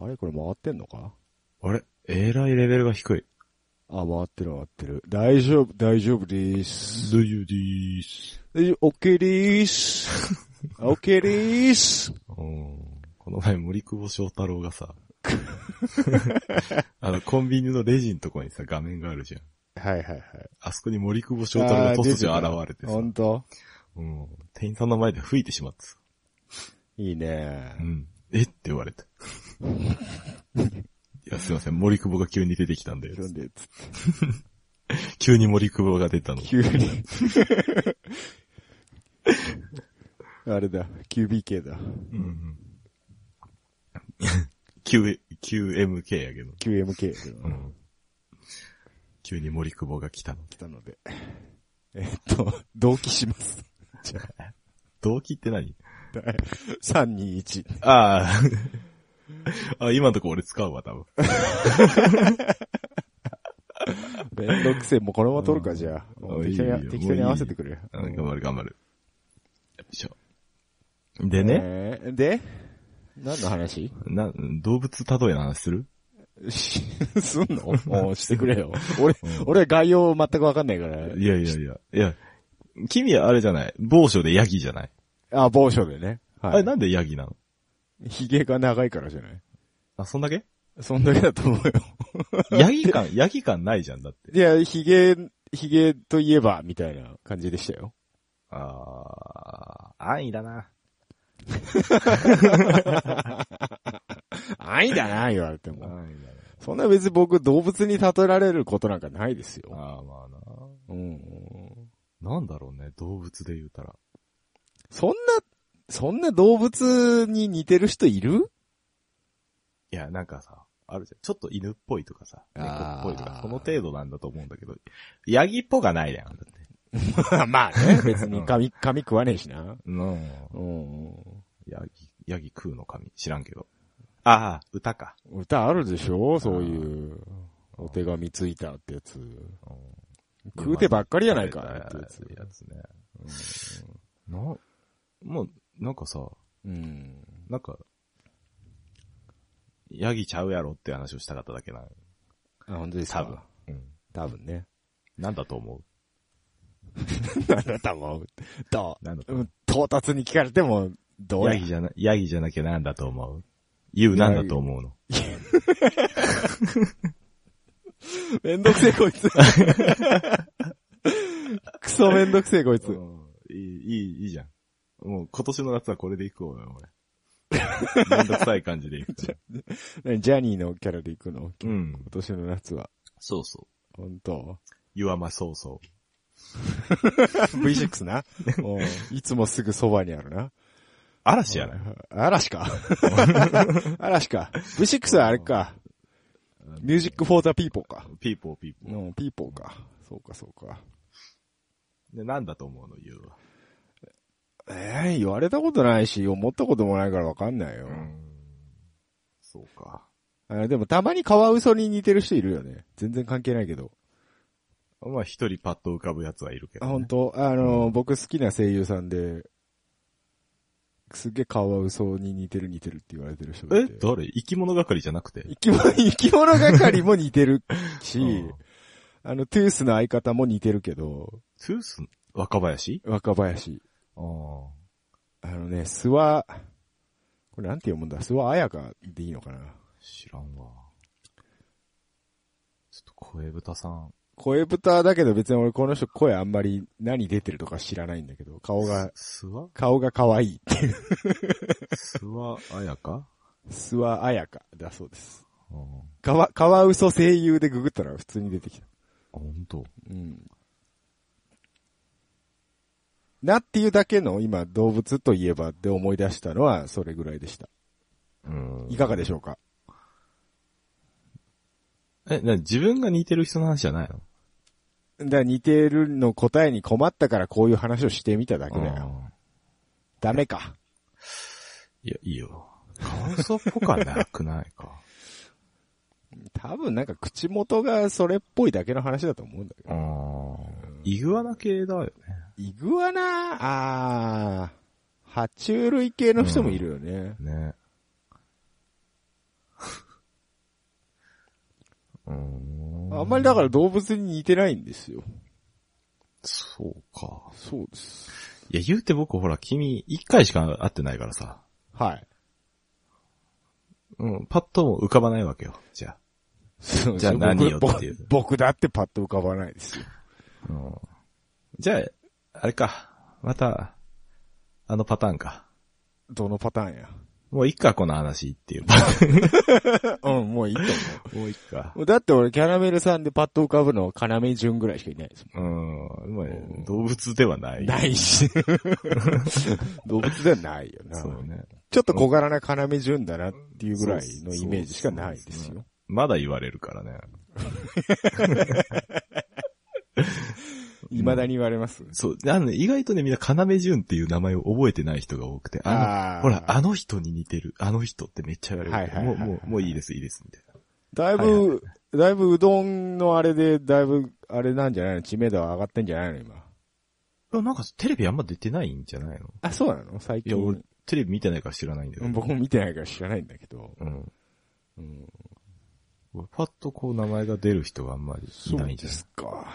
あれこれ回ってんのかあれえらいレベルが低い。あ、回ってる回ってる。大丈夫、大丈夫でーす。 Do you this? 大丈夫、オッケーでー す。オッケーでーす。この前森久保翔太郎が さ、あの、コンビニのレジのとこにさ、画面があるじゃん。はいはいはい。あそこに森久保翔太郎が突如現れてさほ、んとうん、店員さんの前で吹いてしまってさいいねうん。えって言われて。 いや、すいません、森久保が急に出てきたんで、なんで、つって急に森久保が出たの。急に。 あれだ、QBK だ。うんうん、Q、QMK やけど。 QMK やけどなうん。急に森久保が来たの。来たので。えっと、同期します。じゃ動機って何あ、3、2、1。あ あ。あ、今のとこ俺使うわ、多 分。めんどくせえ、もうこのまま撮るか、じゃあ。うん適当いいよいいに、よ適当に合わせてくれよ。うん頑張る、頑張る。よいしょ。でね、えーで何の話な、動物例えの話するしすんのもう してくれよ。俺うん、俺概要全くわかんないから。いやいやいや。いや、君はあれじゃない。某所でヤギじゃない。あ、某所でね。あはれい。なんでヤギなの髭が長いからじゃないあ、そんだ けそんだけだと思うよ。ヤギ感、ヤギ感ないじゃん、だって。 いや、髭、髭といえば、みたいな感じでしたよ。ああ、安易だな。愛だな、言われても。安易だな。そんな別に僕、動物に例えられることなんかないですよ。ああ、まあうん。な。なんだろうね、動物で言うたら。そんな、そんな動物に似てる人いるいや、なんかさ、あるじゃん。ちょっと犬っぽいとかさ、猫あっーぽいとか、その程度なんだと思うんだけど、ヤギっぽがないやん、だって。 まあね、 別に髪、髪食わねえしな。うん。うん。ヤギ、ヤギ食うの神知らんけど。ああ、歌か。歌あるでしょそういう、お手紙ついたってやつ。うん食うてばっかりやないかやってやつつ。やつね。うん。な、もう、なんかさ、うん。なんか、ヤギちゃうやろって話をしたかっただけなの。あ、本当ですか多分。うん。多分 ね。なんだと思うなんだと思うと、なんだとう思うん唐突に聞かれても、どうヤやギじゃな、ヤギじゃなきゃなんだと思う言うなんだと思うのめんどくせえこい つ。クソめんどくせえこいつ。うんいい、いい、いいじゃん。もう今年の夏はこれで行こうよ、 俺。めんどくさい感じで行 くから。何ジャニーのキャラで行くのう今ん。年の夏は。そうそう。本当 You are my so so. ?V6 な。おういつもすぐそばにあるな。嵐やない。 嵐か。嵐か。V6 はあれか。ミュージックフォーザピーポーか。ピーポーピーポー。の、ピーポーか。そうか、そうか。で、なんだと思うの言うわ。ええ言われたことないし、思ったこともないからわかんないよ。そうか。あでもたまにカワウソに似てる人いるよね。全然関係ないけど。まあ一人パッと浮かぶやつはいるけど、あ、ね。本当あの、うん僕好きな声優さんで、すげえカワウソに似てる似てるって言われてる人がえいて。誰生き物係じゃなくて生き物、生き物係も似てる し、うんあの、トゥースの相方も似てるけど、トゥース若林若林。ああ。あのね、諏訪、これなんて読むんだ諏訪彩香でいいのかな知らんわ。ちょっと声豚さん。声豚だけど別に俺この人声あんまり何出てるとか知らないんだけど、顔が、すわ顔が可愛いって。すわあやか諏訪彩香だそうです。うん。あ、かわ、かわうそ声優でググったら普通に出てきた。ほんと。うん。なっていうだけの今動物といえばで思い出したのはそれぐらいでした。うんいかがでしょうかえ、な、自分が似てる人の話じゃないのだから似てるの答えに困ったからこういう話をしてみただけだよ。うんダメか。いや、いいよ。カワウソっぽくはなくない か。多分なんか口元がそれっぽいだけの話だと思うんだけど。うん。イグアナ系だよね。イグアナあー、爬虫類系の人もいるよね。ね。 うんあんまりだから動物に似てないんですよ。そうか。そうです。いや、言うて僕ほら、君、一回しか会ってないからさ。はい。うん、パッとも浮かばないわけよ。じゃそうですじゃあ何よっていう僕僕だってパッと浮かばないですよ。あ。うん。じゃあ、あれか。また、あのパターンか。どのパターンや。もういっか、この話っていう。うん、もういいと思もういっか。う。だって俺キャラメルさんでパッと浮かぶのは要潤ぐらいしかいないですうん、まあ動物ではなもん。い。ない し。動物ではないよな。そうね。ちょっと小柄な要潤だなっていうぐらいのイメージしかないですよ。まだ言われるからね。未だに言われます。そう。であのね、意外とね、みんな、要潤っていう名前を覚えてない人が多くて、ああの、ーほら、あの人に似てる、あの人ってめっちゃ言われるけど。はいはいはいはいもう、もう、もういいです、いいです、みたいな。だいはいぶ、だいぶうどんのあれで、だいぶ、あれなんじゃないの知名度は上がってんじゃないの今。でもなんか、テレビあんま出てないんじゃないのあ、そうなの最い近。や、俺、テレビ見てないから知らないんだようん。僕も見てないから知らないんだけど。うん。俺パッとこう名前が出る人があんまりいないんじゃないか。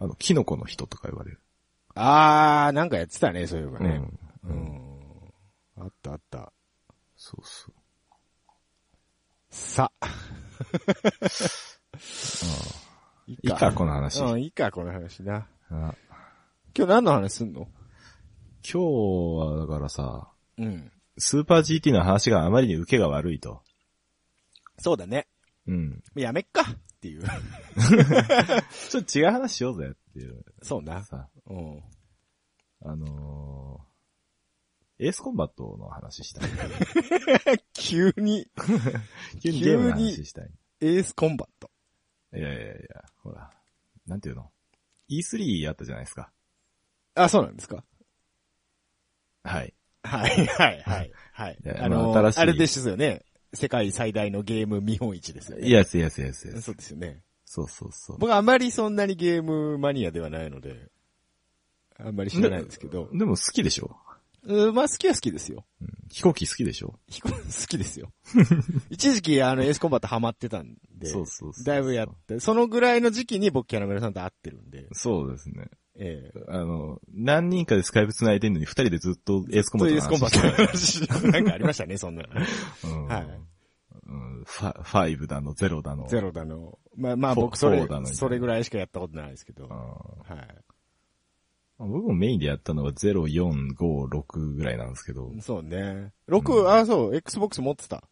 あの、キノコの人とか言われる。あー、なんかやってたね、そういえばね。うん。ううんん。あったあった。そうそう。さ。いいいか、この話。うん、いいか、この話な。あ今日何の話すんの今日は、だからさ、うん。スーパー GT の話があまりに受けが悪いと。そうだね。うん。やめっかっていう。ちょっと違う話しようぜっていう。 そうな。さ、うん。あのー、エースコンバットの話 したい。急に、急にゲームの話したい。エースコンバット。いやいやいや、ほら。なんていうの ?E3 あったじゃないですか。あ、そうなんですかはい。はい、はい、はい。はいい。やあのまあ新しいあれですよね。世界最大のゲーム見本市ですよね。イエスイエスイエスイエス。そうですよね。そうそうそう。僕あまりそんなにゲームマニアではないので、あんまり知らないんですけど。でも好きでしょうん、まあ好きは好きですよ。飛行機好きでしょ飛行 好きです よ。一時期あのエースコンバットハマってたんで、そうそうそうだいぶやって、そのぐらいの時期に僕キャラメルさんと会ってるんで、そうですね。ええあの、何人かでスカイプ繋いでんのに二人でずっとエースコンバそうットエのースコンバッ話トの話、なんかありましたね、そんなの。うんはいうんファファイブだの、ゼロだの。ゼロだの。まあまあフォ僕そフォれーだのみたい、なそれぐらいしかやったことないですけど。うはんい。僕もメインでやったのはゼロ、四、五、六ぐらいなんですけど。そうね。6、あ、そう、Xbox 持ってた。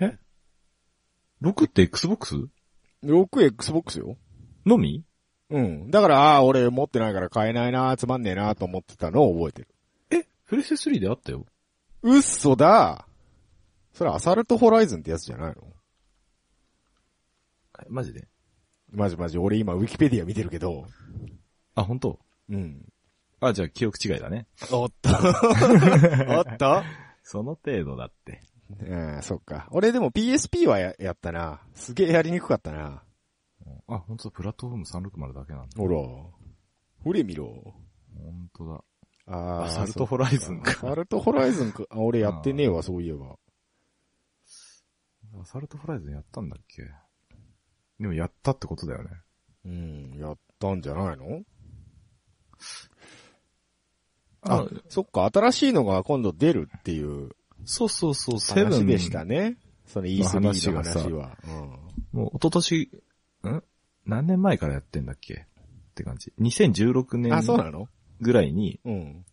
え ?6 って Xbox? 6 Xbox よ。のみうん。だから、ああ、俺持ってないから買えないな、つまんねえな、と思ってたのを覚えてる。えプレステ3であったよ。うっそだそれアサルトホライズンってやつじゃないのえマジでマジマジ、俺今ウィキペディア見てるけど。あ、本当うん。あ、じゃあ記憶違いだね。おっ と。おっとその程度だって。うん、そっか。俺でも PSP はややったな。すげえやりにくかったな。あ、本当だプラットフォーム360だけなんだ。ほら。ほれ見ろ。本当だ。あアサルトホホライラズンアか。サルトホライズンか。あ俺やってねえわ、そういえば。アサルトホライズンやったんだっけでもやったってことだよね。うん、やったんじゃないのああ、そっか、新しいのが今度出るっていうそうそうそう、セブ話ンでしたね。その E3 の話のは。話うんもう一昨年、ん何年前からやってんだっけって感じ。2016あ、そう年なのぐらいに、うん。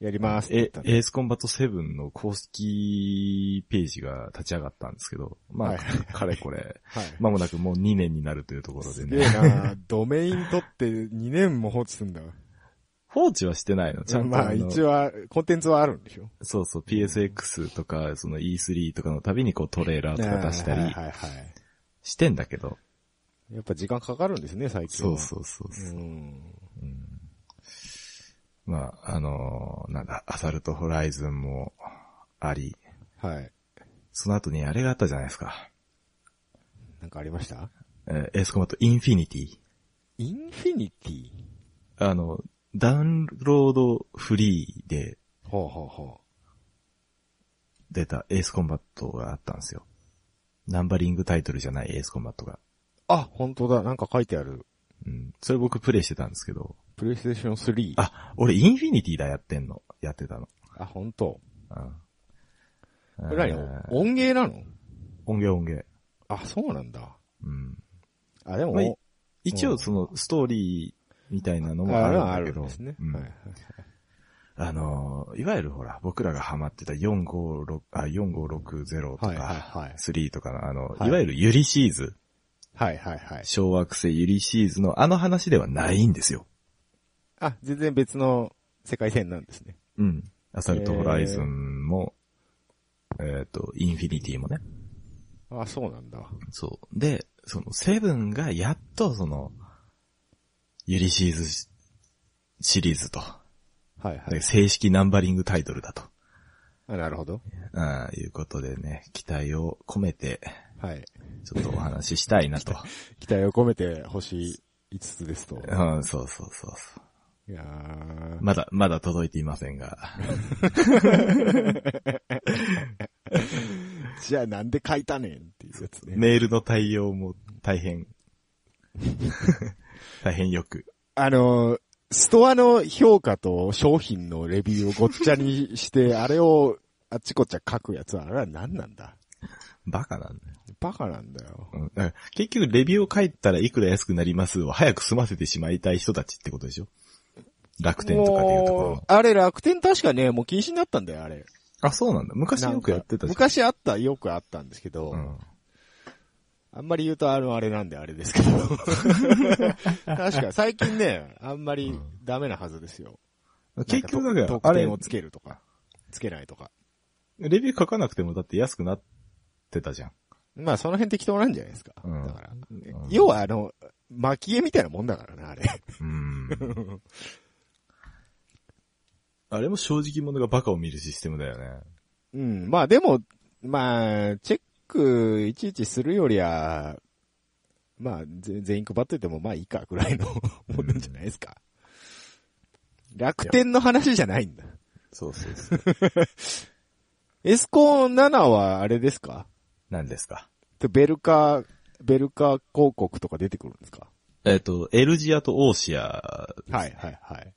やりますって言っえた、ね。エースコンバット7の公式ページが立ち上がったんですけど、まあ、はいかれこれ、はい。まもなくもう2年になるというところですげえね。な ドメイン取って2年も放置すんだ。放置はしてないの、ちゃんと。まあの一応は、コンテンツはあるんでしょそうそう、PSX とか、その E3 とかのたびにこうトレーラーとか出したはいりはいはい。してんだけど。やっぱ時間かかるんですね、最近そは。うそうそうそう。うん。まあ、あのーなんだ、アサルトホライズンもあり、はい。その後にあれがあったじゃないですか。なんかありましたえーエースコマットインフィニティ。インフィニティあの、ダウンロードフリーでほうほうほ出たエースコンバットがあったんですよ。ナンバリングタイトルじゃないエースコンバットが。あ、本当だ。なんか書いてある。うん。それ僕プレイしてたんですけど。プレイステーション3。あ、あ、俺インフィニティだやってんの。やってたの。あ本当。うん。これえ何ー音芸なの音源音源。あ、そうなんだ。うん。あ、でも、まあお一う応んそのストーリーみたいなのもあああるるんだけんどですね。。うんはいはいあのー、いわゆるほら、僕らがハマってた456、あ、4560とはいはいはかい、 3とかの、あのは、いいわゆるユリシーズ、はいはいはい。小惑星ユリシーズのあの話ではないんですよ。あ、全然別の世界線なんですね。うん。アサルトホライズンも、えっと、インフィニティもね。あ、そうなんだ。そう。で、その、セブンがやっとその、ユリシーズシシリーズと、はいはい。正式ナンバリングタイトルだと、あなるほど。あーいうことでね、期待を込めて、はい。ちょっとお話ししたいなと。期待を込めて星5つですと。うん、そうそうそうそう。いやー。まだ、まだ届いていませんが。じゃあなんで書いたねんっていうやつね。メールの対応も 大変。大変よく。あのー、ストアの評価と商品のレビューをごっちゃにして、あれをあっちこっちゃ書くやつは、あれは何なんだバカなんだよ。バカなんだよ。うん、だから結局、レビューを書いたらいくら安くなりますを早く済ませてしまいたい人たちってことでしょ楽天とかでいうところもうの。あれ楽天確かね、もう禁止になったんだよ、あれ。あ、そうなんだ。昔よくやってたなんじか昔あった、よくあったんですけど、ゃん。うん。あんまり言うとあの、あれなんであれですけど。確 か、最近ね、あんまりダメなはずですよ。結局だなんかとら、あ特れ典、をつけるとか、つけないとか。レビュー書かなくてもだって安くなってたじゃん。まあ、その辺適当なんじゃないですか。うんだから。うん要は、あの、蒔絵みたいなもんだからな、あれ。 うん。あれも正直者がバカを見るシステムだよね。うん。まあ、でも、まあ、チェックいちいちするよりは、まあ、ぜ全員配ってても、まあいいか、ぐらいの もんなんじゃないですか。楽天の話じゃないんだ。そうそうそう。エスコン7はあれですか何ですかベルカ、ベルカ広告とか出てくるんですかえっ、と、エルジアとオーシアです。はい、はい、はい。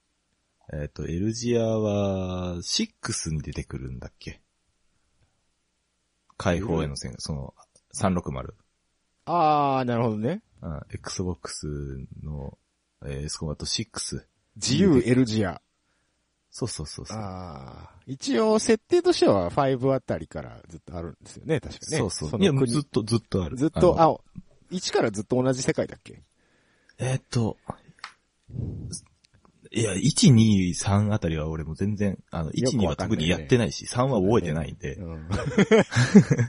えっ、と、エルジアは、6に出てくるんだっけ解放への戦が、その、360。あー、なるほどね。うん、Xbox の、えーエスコンバット6。自由エルジア。そうそうそうそう。ああ。一応、設定としては5あたりからずっとあるんですよね、確かね。そうそう。のいや、もう国ずっと、ずっとある。ずっあと、のあ、1からずっと同じ世界だっけえーっと、いや、1、2、3あたりは俺も全然、あの、よ1、く2わはかんな特いねにやってないし、3は覚えてないんで、うん。4、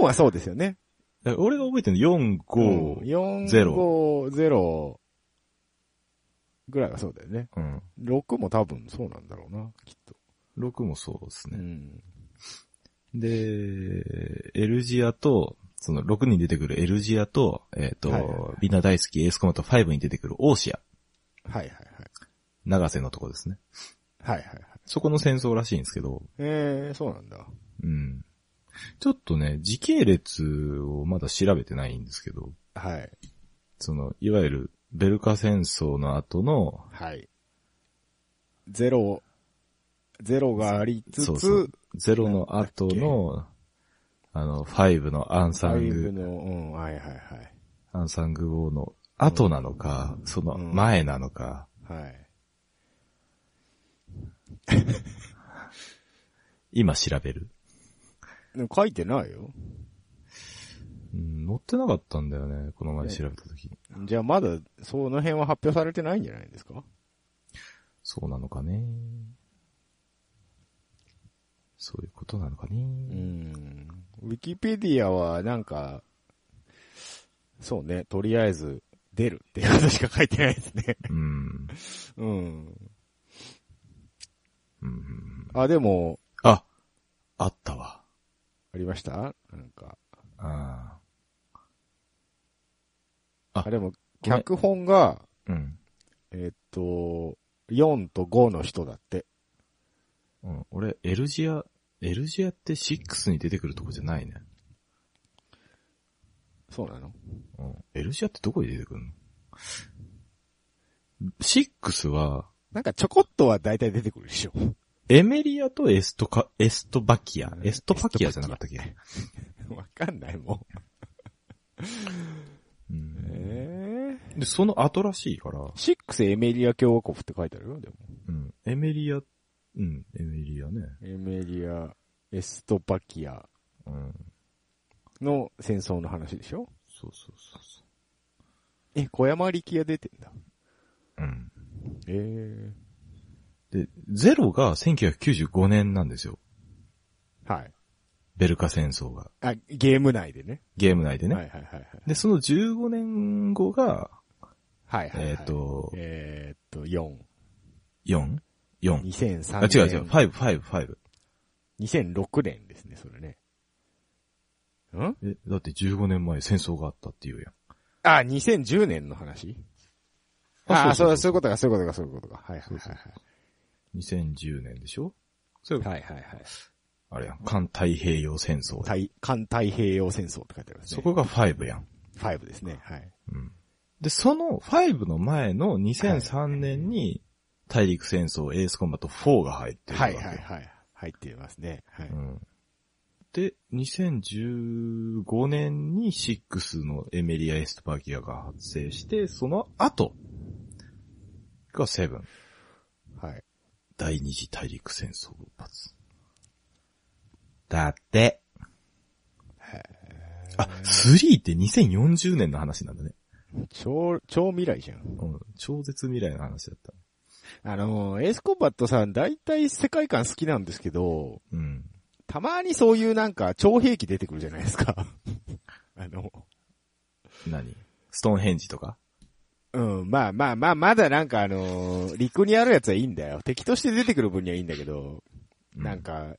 4はそうですよね。だから俺が覚えてるの4、うん5、 4、5、0 0ぐらいはそうだよね。うん、 6も多分そうなんだろうな、きっと。 6もそうですうね。ん。で、エルジアと、その6に出てくるエルジアと、えーっと、はいはいはいみんな大好きエースコマと5に出てくるオーシア、はいはいはい。長瀬のとこですね。はいはいはい。そこの戦争らしいんですけど、ええー、そうなんだ。うん。ちょっとね、時系列をまだ調べてないんですけど、はい。その、いわゆる、ベルカ戦争の後の、はい。ゼロ、ゼロがありつそうそつう、ゼロの後の、あの、ファイブのアンササンイブグ、の、うん、はいはいアンサング王の後なのか、そのうん前なのか、はい。はい。今調べる。でも書いてないよ。うん、載ってなかったんだよね、この前調べた時に。じゃあまだ、その辺は発表されてないんじゃないですかそうなのかね。そういうことなのかうね。ん。ウィキペディアはなんか、そうね、とりあえず出るっていうことしか書いてないですね。うん。うん。うん、あ、でも、あ、あったわ。ありましたなんか。ああ、でも、脚本が、ーうん。えっと、4と5の人だって。うん、俺、エルジア、エルジアって6に出てくるとこじゃないね。そうなのうん。エルシアってどこで出てくるの ?6 は、なんかちょこっとは大体出てくるでしょ。 エメリアとエストカ、エストバキア。エストバキアじゃなかったっけわかんないも。うんん。えで、その後らしいから、ー、シックスエメリア共和国って書いてあるよ、でも。うん。エメリア、うん、エメリアね。エメリア、エストバキアうん。の戦争の話でしょそうそうそうそえ、小山力也出てんだ。う。うん。えー、で、ゼロが1995年なんですよ。はい。ベルカ戦争が。あ、ゲーム内でね。ゲーム内でね。はいはいはいはい。で、その15年後が、はいはい、はい。えっ、と、えーっと、4。 4?4? 4あ、 2003年。違う違う、5、5、5。 2006年ですね、それね。んえ、だって15年前戦争があったっていうやん。あ、2010年の話ああ、そう、そういうことか、そういうことか、そういうことか。はいはいはい2010年でしょそういえばはい。はいはいはい。あれやん。環太平洋戦争やん。太環太平洋戦争って書いてありますね。そこが5やん。 5ですね。はい。うん。で、その5の前の2003年に、大陸戦争、エースコンバット4が入ってるわはいけよ。。はいはい。入ってますね。はいうん。で、2015年に6のエメリア・エストパギアが発生して、その後が7。はい。第二次大陸戦争勃発。だって。あ、3って2040年の話なんだね。超、超未来じゃん。うん。超絶未来の話だった。あのー、エースコンバットさん、大体世界観好きなんですけど、うん。たまにそういうなんか、超兵器出てくるじゃないですか。 あの、何ストーンヘンジとかうん、まあまあまあ、まだなんかあのー陸にあるやつはいいんだよ。敵として出てくる分にはいいんだけど、なん。か、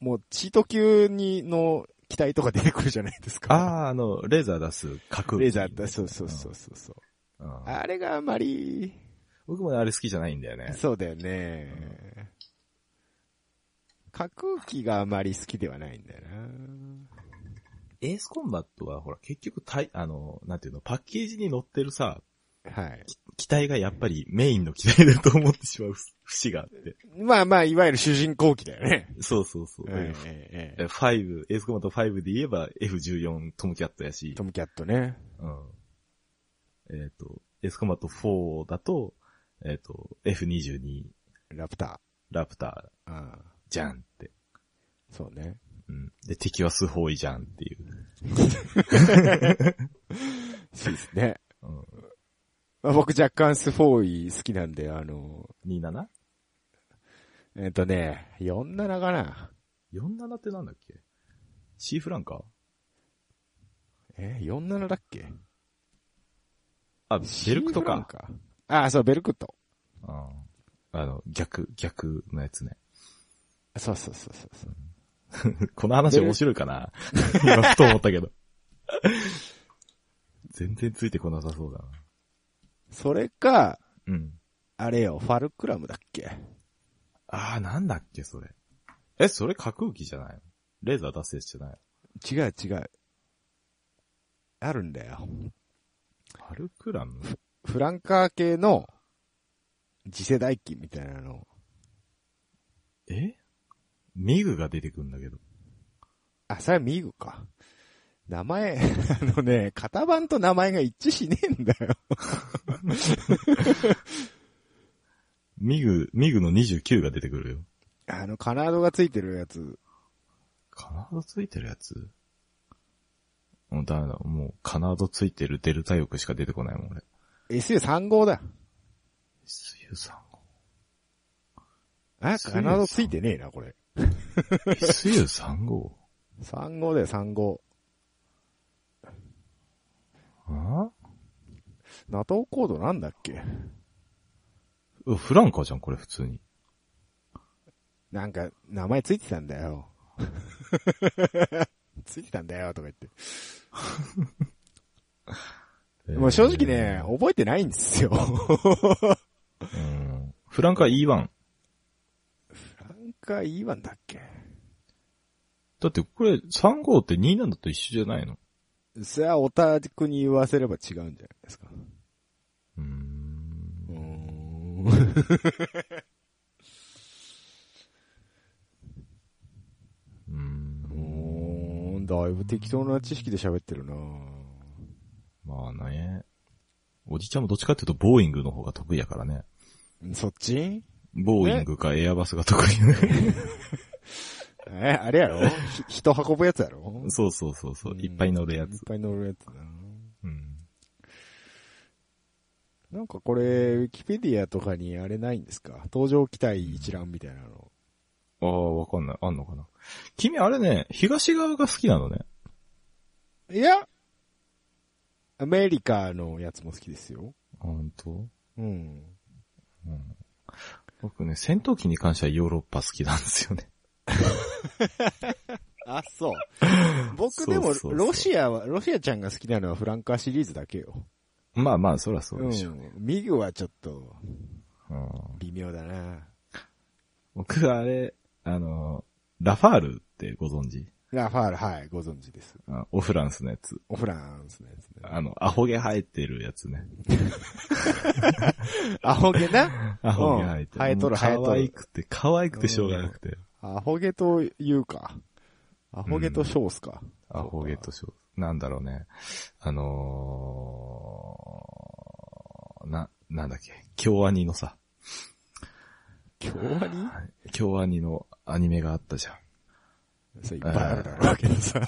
もう、チート級に、の、機体とか出てくるじゃないですあか。あ、あの、レーザー出す核武器レーザーだ、そうそうそうそうそう。うんあれがあまり、僕もねあれ好きじゃないんだよね。そうだよね。核機があまり好きではないんだよな。エースコンバットはほら結局たい、あの、なんていうの、パッケージに乗ってるさ、はい。機体がやっぱりメインの機体だと思ってしまう節があって。まあまあ、いわゆる主人公機だよね。そうそうそう。ええええええ5、エースコマンド5で言えば F14 トムキャットやしえ、トムキャットね。うん。えっ、と、エースコマンド4だと、えっ、と、F22 ラプタラプターー。ああじゃんって。そうね。うん。で、敵はスホイじゃんっていう。そうですね。うん。まあ、僕若干スフォーイ好きなんで、あの、 27?47 えっ、とね、47かな。ってなんだっけシーフランカーえ、47だっけあ、ベルクトシーフランか。か。ああ、そう、ベルクト。ああの、逆、逆のやつね。 そうそうそうそうそう。この話面白いかな今、ふと思ったけど。 全然ついてこなさそうだな。それか、うん。あれよ、ファルクラムだっけああ、なんだっけ、それ。え、それ架空機じゃないのレーザー出すやつじゃないの違う違う。あるんだよ。ハルクラムフランカー系の次世代機みたいなの。えミグが出てくんだけど。あ、それはミーグか。名前、あ のね、型番と名前が一致しねえんだよ。ミグ、ミグの29が出てくるよ。あの、カナードがついてるやつ。カナードついてるやつもうダメだ。もう、カナードついてるデルタ翼しか出てこないもん、俺。 SU35 だ。 SU35。あ、カナードついてねえな、これ。 SU35? 35だよ、35。あ NATO コードなんだっけうわフランカーじゃん、これ普通に。なんか、名前ついてたんだよ。 ついてたんだよ、とか言って。もう正直ね、覚えてないんですよ。えー。うんフランカー E1。なんかいいわんだっけだってこれ、35って27と一緒じゃないのそれはオタクに言わせれば違うんじゃないですか。うーん。うーもん。うだいぶ適当な知識で喋ってるなまあね。おじちゃんもどっちかっていうと、ボーイングの方が得意やからね。そっちボーイングかエアバスが得意ね。 え、あれやろひ人運ぶやつやろそうそうそうそう。いっぱい乗るやいっつ。ぱい乗るやつなうん。なんかこれ、ウィキペディアとかにあれないんですか登場期待一覧みたいなの。ああ、わかんない。あんのかな。君あれね、東側が好きなのね。いやアメリカのやつも好きですよ。ほんとうん。うん。僕ね、戦闘機に関してはヨーロッパ好きなんですよね。 あ、そう。僕でもそうそうそうロシアは、ロシアちゃんが好きなのはフランカーシリーズだけよ。まあまあ、そらそううでしょう。ん。ミグはちょっとうん。微妙だな。僕はあれ、あの、ラファールってご存知ラファール、はい、ご存知です。あオフランスのやつ。オフランスのやつ ね。あの、アホ毛生えてるやつね。アホ毛なアホ毛生えてる。生えとる生えとる可愛くて、可愛くてしょうがなくて。アホ毛と言うか。アホ毛とショースか。アホゲットショー。なんだろうね。あのー、な、なんだっけ。京アニのさ、今日はに京アニのアニメがあったじゃん。それいっぱいあるだろうけど さ。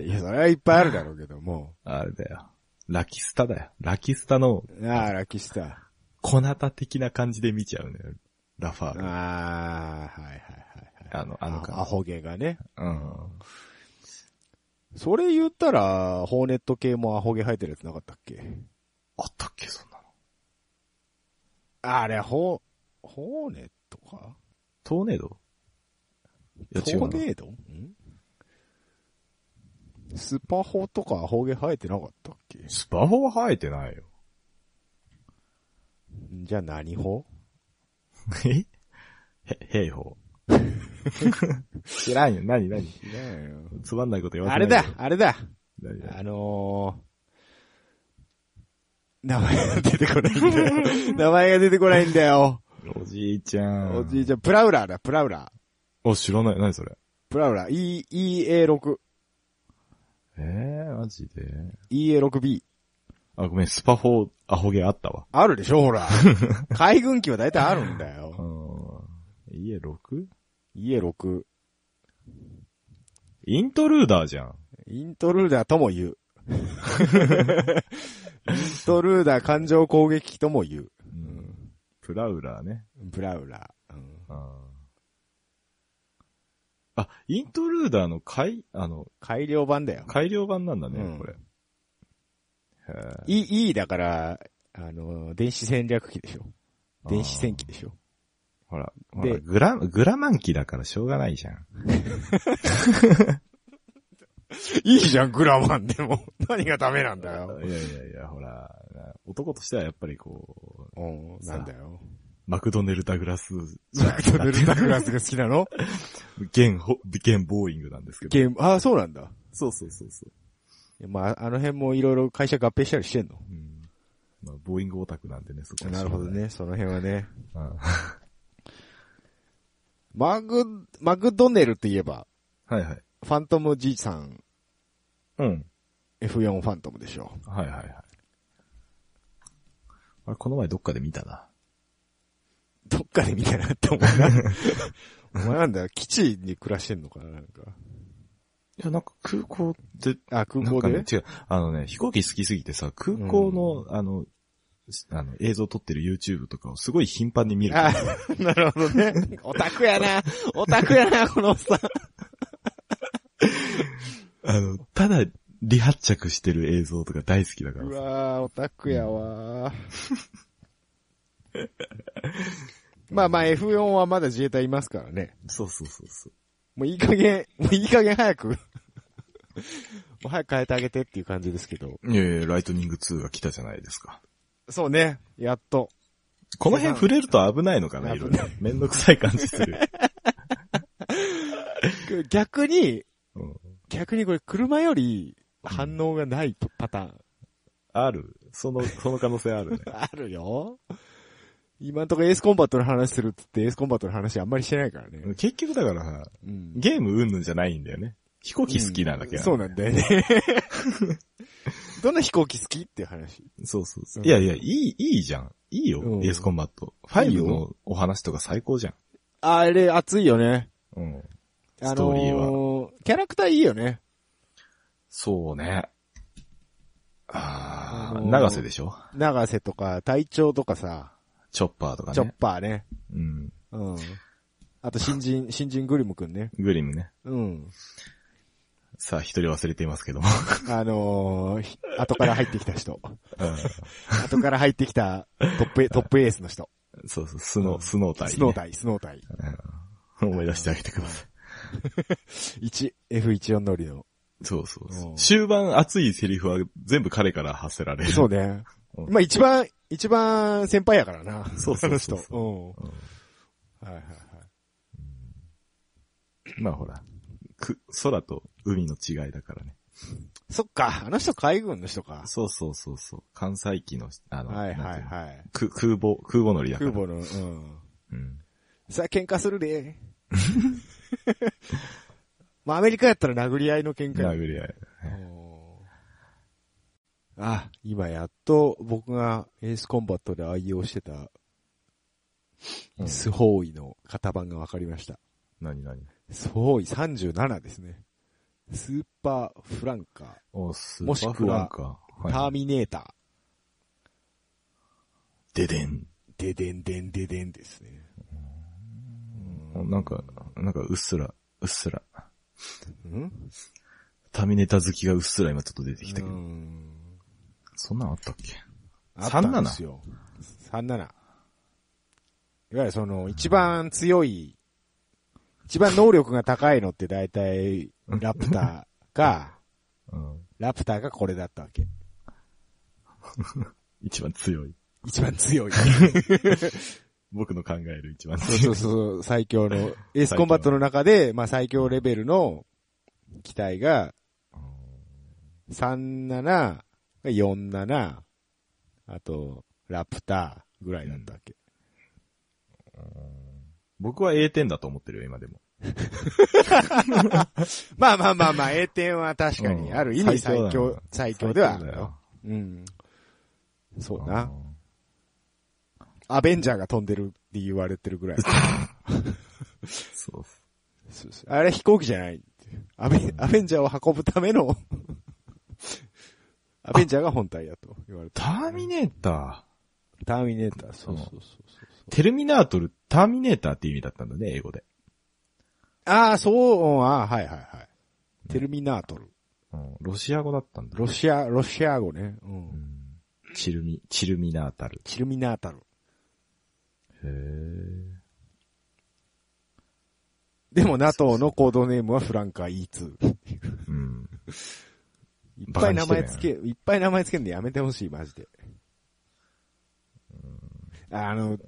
いや、それはいっぱいあるだろうけども。あれだよ。ラキスタだよ。ラキスタのああ、ラキスタ。小なた的な感じで見ちゃうのよ。ラファール。あああ、はいはいはいはい。の、ああののア感ホ毛がね。じ。うん。それ言ったら、ホーネット系もアホ毛生えてるやつなかったっけあったっけ、そんなの。あれ、ホー、ホーネットかトーネードいや、違トうーな。ネードんスパホとかアホ毛生えてなかったっけスパホは生えてないよ。じゃあ何法えへ、兵法。知らんよ。なになにつまんないこと言わあせれないでだあれだ何々あのー、名前が出てこないんだ よ。名前が出てこないんだよ。おじいちゃん。おじいちちゃん、プラウラーだ、プラウラー。ゃん。お、知らない。何それ。プラウラー、E、EA6。えー、マジで。 EA6B。あ、ごめん、スパ4アホゲあったわ。あるでしょ、ほ ら。海軍機は大体あるんだうよ。ん。家 6? EA6。イントルーダーじゃん。イントルーダーとも言 う。イントルーダー感情攻撃機とも言う。うん。プラウラーね。プラウラー。うんあーあ、イントルーダーの改、あの、改良版だよ。改良版なんだね、うんこれ。へ E、E だから、あの、電子戦略機でしょ。ー電子戦機でしょ。ほら、でほらグラ、グラマンキだからしょうがないじゃん。いいじゃん、グラマンでも。 何がダメなんだよ。いやいやいや、ほら、男としてはやっぱりこう、うん、なんだよ。マクドネル・ダグラス、マクドネルダグラスが好きなの現ほ、現ボーイングなんですけど。ゲーム、ああ、そうなんだ。そうそうそうそう。いやまあ、あの辺もいろいろ会社合併したりしてんの。うん。まあ、ボーイングオタクなんでね、そこはなるほどね、その辺はね。うん。はマグ、マグドネルといえば、いはい。ファントム G さん、うん。 F4 ファントムでしょ。はいはいはい。あれ、この前どっかで見たな。どっかで見たなって思うな。 お前なんだよ、基地に暮らしてんのかな、なんか。いや、なんか空港で、あ、空なん港かでね、違う。あのね、飛行機好きすぎてさ、空港の、あの、しあの、映像撮ってる YouTube とかをすごい頻繁に見る。あ、なるほどね。オタクやな。オタクやな、このおっさん。あの、ただ、離発着してる映像とか大好きだからうさ。わー、オタクやわー。 まあまあ F4 はまだ自衛隊いますからね。そうそうそうそう。もういい加減、もういい加減早く。もう早く変えてあげてっていう感じですけど。いやいや、ライトニング2が来たじゃないですか。そうね。やっと。この辺触れると危ないのかな、い危ろいなろ。めんどくさい感じする。 逆に、うん逆にこれ車より反応がないパパターン。ある。その、その可能性あるね。あるよ。今んとこエースコンバットの話するっつってエースコンバットの話あんまりしてないからね。結局だからさ、うん。ゲームうんぬんじゃないんだよね。飛行機好きなだけ、うんそうなんだよね。どんな飛行機好きっていう話。そうそうそうう。んいやいや、いい、いいじゃん。いいよ、うんエースコンバット。いい5よのお話とか最高じゃん。あれ、熱いよね。うん。あのストーリーキャラクターいいよね。そうね。あー、あのー長瀬でしょ長瀬とか、隊長とかさ、チョッパーとかチョッね。パーね。うん。うん。あと、新 人、新人グリムくんね。グリムね。うん。さあ、一人忘れていますけども。あのーひ後から入ってきた 人。うん後から入ってきたトップ、トップエースの人。そうそう、スノー、スノー隊、ね。スノータイ、スノータイ。うん。思い出してあげてくださ1、F14 乗りの。い。そうそうそううん終盤熱いセリフは全部彼から発せられる。そうね。うんまあ一番、一番先輩やからな。そうそうそうそうあうんの人。うん。はいはいはい。まあほら、く、空と海の違いだからね。そっか、あの人海軍の人か。そうそうそうそう。関西機の、あの、はいなんはていうのはい。く空母、空母乗りだから。空母の、うん。うん。さあ喧嘩する で。まあアメリカやったら殴り合いの喧嘩や殴り合い。あ、今やっと僕がエースコンバットで愛用してたうんスホーイの型番が分かりました。何何スホーイ37ですね。スーパーフランカお、スもーしパーくフラはンカー、ターミネーター、ででん。デデンデンデデンですね。なんか、なんかうっすら、うっすら。うんターミネーター好きがうっすら今ちょっと出てきたけうど。んそんなんあったっけあったんですよ。37。いわゆるその、一番強い、一番能力が高いのって大体、ラプター か、うん。ラプターがこれだったわけ。一番強い。一番 強い。僕の考える一番そう強い。そうそう、最強の、エースコンバットの中で、まあ最強レベルの機体が、37、47、あと、ラプターぐらいだったわけ。僕は A 点だと思ってるよ、今でも。まあまあまあまあ、A 点は確かに、ある意味最強、最強ではあるだよよ。。うん。そうな。アベンジャーが飛んでるって言われてるぐらい。そうっす。そうそうあれ飛行機じゃないっていう。アベンアベンジャーを運ぶため の、アベンジャーが本体だと言われてタるーミネータターミネーター、そうそうそうそうー。。テルミナートル、ターミネーターって意味だったんだね、英語で。ああ、そう、うんああ、はいはいはい。テルミナートル。うん、ロシア語だったんだ。ロシア、ロシア語ね。う。うんんチルミ、チルミナータル。チルミナータル。へでも NATO のコードネームはフランカー E2。うん。いっぱい名前つけ、バいっぱい名前つけんでやめてほしい、マジで。あの、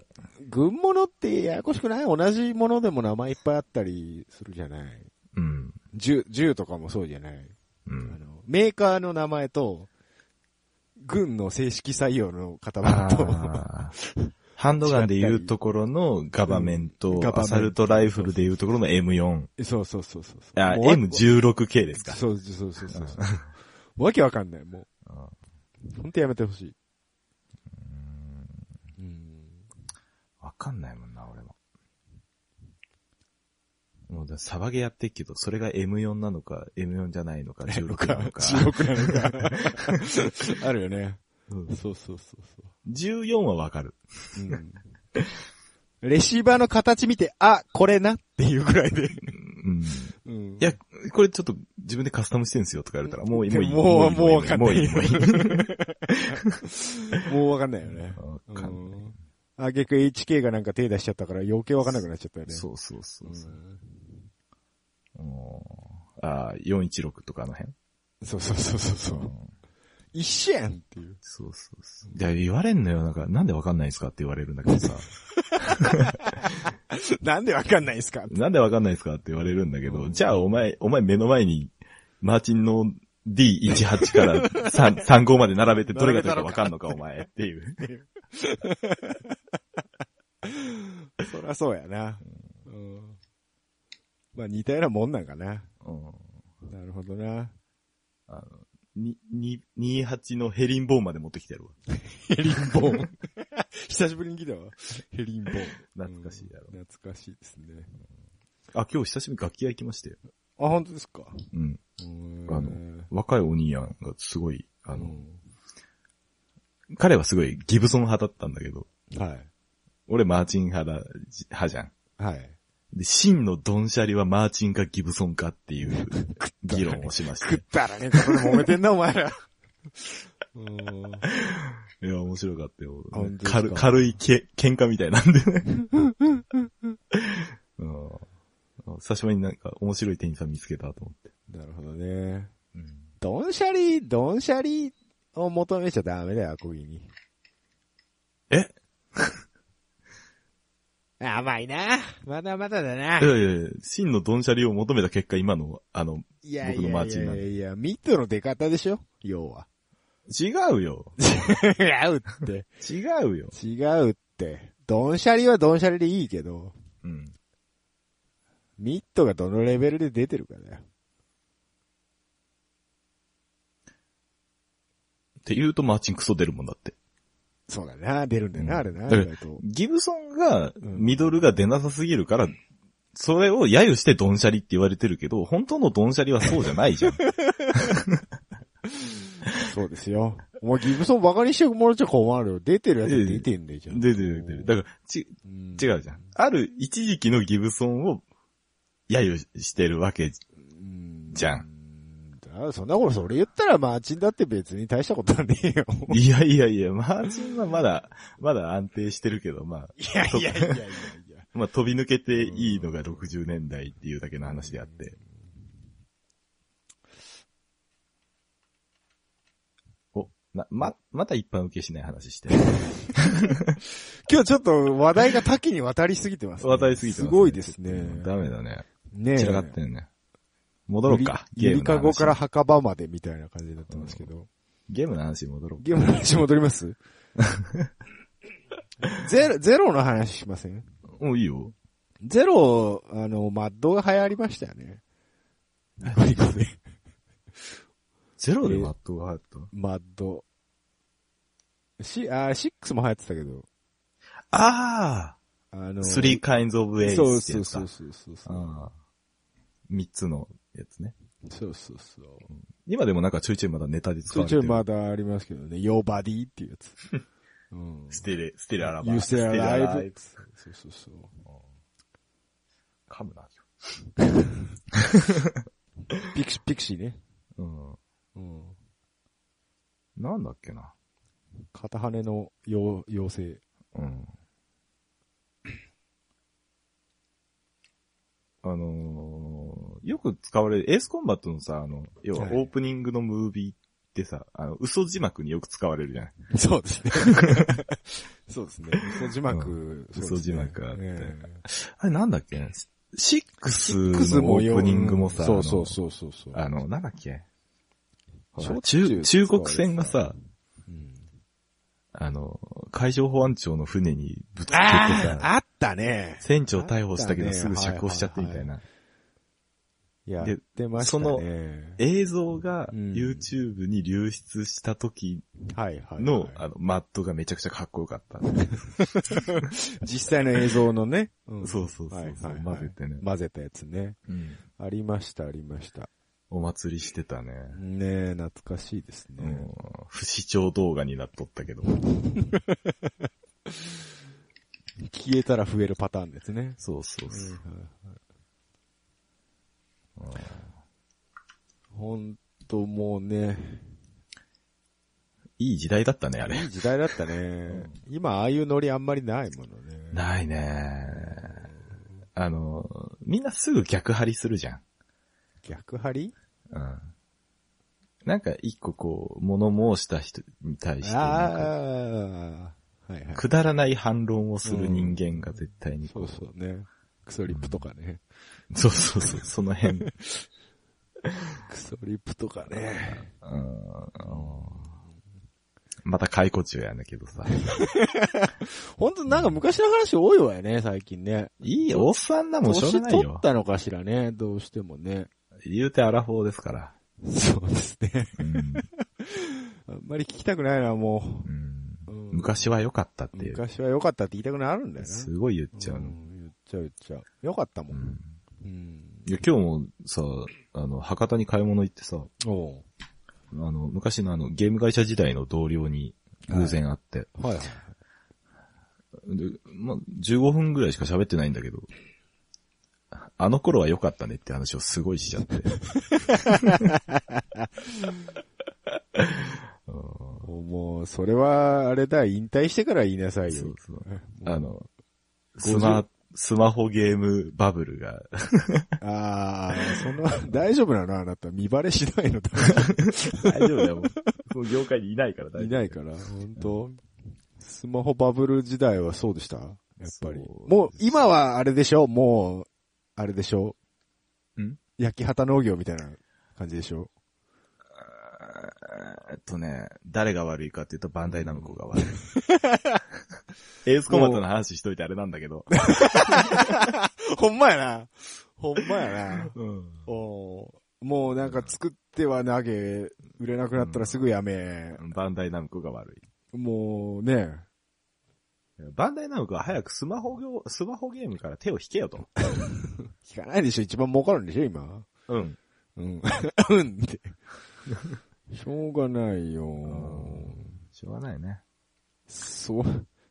軍物ってややこしくない同じものでも名前いっぱいあったりするじゃないうん。銃、銃とかもそうじゃない、うあん。のメーカーの名前と、軍の正式採用の方番と、あーハンドガンで言うところのガバメント、うんガバメントアサルトライフルで言うところの M4。 そうそうそうそうそう。あ、もう M16K ですか。そうそうそうそうそう。わけわかんない、もうんう。ほんとやめてほしい。うんわかんないもんな、俺も。もうだ、サバゲやってっけど、それが M4 なのか、M4 じゃないのか、16なのか。 16なの か。あるよね。うんそうそうそう14はわかる。そう、レシーバーの形見て、あ、これなっていうぐらいで。うん。いうんや、これちょっと自分でカスタムしてんすよとか言われたら、もういい、でもういい。もういいもうわかんもなういいい、もういい。もういいもうわかんないよね。わかんないあげく HK がなんか手出しちゃったから余計わかんなくなっちゃったよね。そうそうそううんそう。うんあー416とかあの辺。そうそうそうそうそうう。ん一緒やんっていう。そうそうそう。で、言われんのよ。なんか、なんでわかんないですかって言われるんだけどさ。なんでわかんないんすかなんでわかんないですかって言われるんだけど、うんじゃあお前、お前目の前に、マーチンの D18 から 3, 3号まで並べてどれがどれかわかんのかお前っていう。そりゃそうやな。うん。まあ似たようなもんなんかな。 うんなるほどな。に、に、28のヘリンボーンまで持ってきてるわ。 ヘリンボーン。久しぶりに聞いたわ。ヘリンボーン。懐かしいやろ。うん懐かしいですね。あ、今日久しぶりに楽器屋行きましたよ。あ、本当ですか。うん。うんあの若いお兄やんがすごい、あうの、ん彼はすごいギブソン派だったんだけど、はい。俺マーチン派だ、じ派じゃん。はい。で、真のドンシャリはマーチンかギブソンかっていう議論をしました 食っ。たらね、これ揉めてんな、お前ら。 うんいや、面白かったよあ本当。ですか軽軽いけ喧嘩みたいなんでね。うん久しぶりになんか面白い店員さん見つけたと思って。なるほどね。うんドンシャリ、ドンシャリを求めちゃダメだよ、アコギに。え。甘いな。まだまだだないやいやいや、真のドンシャリを求めた結果、今の、あの、いやい僕のマやーいチンなやんでいや、ミッドの出方でしょ要 は。違うよ。違うって。違うよ。違うって。ドンシャリはドンシャリでいいけど、うん。ミッドがどのレベルで出てるかだよ。って言うとマーチンクソ出るもんだって。そうだな、出るんだよな、うんあれな、だから意外と。ギブソンが、んミドルが出なさすぎるから、それを揶揄してドンシャリって言われてるけど、本当のドンシャリはそうじゃないじゃん。そうですよ。お前ギブソンバカにしてもらっちゃ困るよ。出てるやつ出てんだよ、じゃん。 出てる出てる。だから、ち、うん違うじゃん。ある一時期のギブソンを、揶揄してる わけ。じゃんうん。だそんなこと、それ言ったらマーチンだって別に大したことはねえよ。 いやいやいや、マーチンはまだ、まだ安定してるけど、まあ、いやいやいやいやいや。まあ飛び抜けていいのが60年代っていうだけの話であって。お、な、ま、また一般受けしない話 してる。今日ちょっと話題が多岐に渡りすぎてます、渡りすぎてますすねごいですね。ダメだね。ねえ。散らかってんね。戻ろうか。ゲゆームりのかご話。から墓場までみたいな感じになってますけど。ゲームの話に戻ろうゲームの話戻ります ゼロ、ゼロの話しませんか。もういいよ。ゼロ、あの、マッドが流行りましたよね。ニコニコで。ゼロでえーマットが入った。マッド。し、あー、6も流行ってたけど、あああの、スリーカインズオブエイスそうってそやうつかそう。そうそうそう。ああ三つのやつね。そうそうそう。今でもなんかちょいちょいまだネタで使ちょわいれちてょる。いまだありますけどね、Your Body っていうやつ。 うん。ステレ、ステレアラバ You Stay ステレアラバ Alive。そうそうそう。噛むな。ピクシー、ピクシーね。うん。うん。なんだっけな。片羽の妖妖精。うん。あのー、よく使われる、エースコンバットのさ、あの、要ははいオープニングのムービーってさ、あの、嘘字幕によく使われるじゃない。 そうですね。そうですね。嘘字幕、うんそうですね嘘字幕があってええあれなんだっけシックスクズのもオープニングもさ、そうそうそうそうそう。あの、あのなんだっけほらしょっちゅう中、中国船がさ、うんあの、海上保安庁の船にぶつけてあさ、ああったね。船長逮捕したけどすぐ釈放しちゃってみたはいいはな。やってましたね。その映像がうん YouTube に流出した時はいはい。の、あの、マットがめちゃくちゃかっこよかった。実際の映像のね。うんそうそうそうそうはいはいはい混ぜてね混ぜたやつね。うんありました、ありました。お祭りしてたね。ねえ、懐かしいですうねん。不死鳥動画になっとったけど。消えたら増えるパターンですね。そうそううんそう。ほんともうね、いい時代だったね、あれい。い時代だったね。今ああいうノリあんまりないものね。ないね。あの、みんなすぐ逆張りするじゃん。逆張りうん。なんか一個こう、物申した人に対して、なんかああ、はいはい。くだらない反論をする人間が絶対にそこうそうね。クソリップとかね。う、そうそうそう、その辺。クソリップとかね。うんまた解雇中やんだけどさ。ほんとなんか昔の話多いわよね、最近ね。いいよおっさんだもん、しょう年がない取っよ。たのかしらね、どうしてもね。言うてアラフォーですから。そうですね。うん あんまり聞きたくないな、もうんう。うん昔は良かったっていう。昔は良かったって言いたくなるんだよな。すごい言っちゃううの。ん言っちゃう言っちゃう。良かったも。うんんうん。いや、今日もさ、あの、博多に買い物行ってさ、おうあの、昔のあの、ゲーム会社時代の同僚に偶然会って、はいはい。でまあ、15分ぐらいしか喋ってないんだけど、あの頃は良かったねって話をすごいしちゃって。うんもう、それは、あれだ、引退してから言いなさいそよう。そう。もうあ、の、スマ、スマホゲームバブルが、ああ、その、大丈夫なのあなた。見バレしないの大丈夫だよ。この業界にいないからいないから、本当スマホバブル時代はそうでしたやっぱり。そうもう、今はあれでしょもう、あれでしょん焼き畑農業みたいな感じでしょえっとね、誰が悪いかっていうとバンダイナムコが悪い。 エースコマンドの話しといてあれなんだけど。ほんまやな。ほんまやな。うんおーもうなんか作っては投げ、売れなくなったらすぐやめ。バンダイナムコが悪い。もうね、バンダイナムコは早くスマホ業、スマホゲームから手を引けよと。聞かないでしょ一番儲かるんでしょ今。うん。うん。 うんって。しょうがないよ。しょうがないね。そ、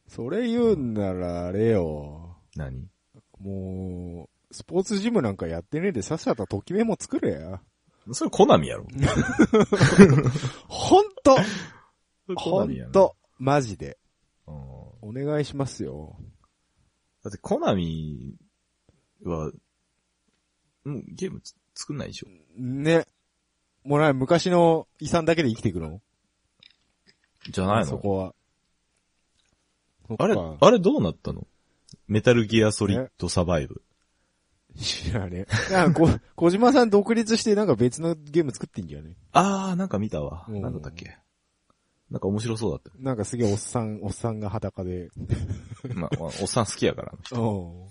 それ言うんならあれよ。何もう、スポーツジムなんかやってねえでさっさとときめも作れや。それコナミやろ。ほんとコほナミやんろ。とマジで。うんお願いしますよ。だってコナミは、もうゲームつ作んないでしょ。ね。もうない、昔の遺産だけで生きていくのじゃないそのこは。そっかあれ、あれどうなったのメタルギアソリッドサバイブ。知らねえ。なんかこ、 小島さん独立してなんか別のゲーム作ってんじゃねあー、なんか見たわ。うんなんだったっけなんか面白そうだった。なんかすげえおっさん、おっさんが裸で。 まあ、おっさん好きや から。お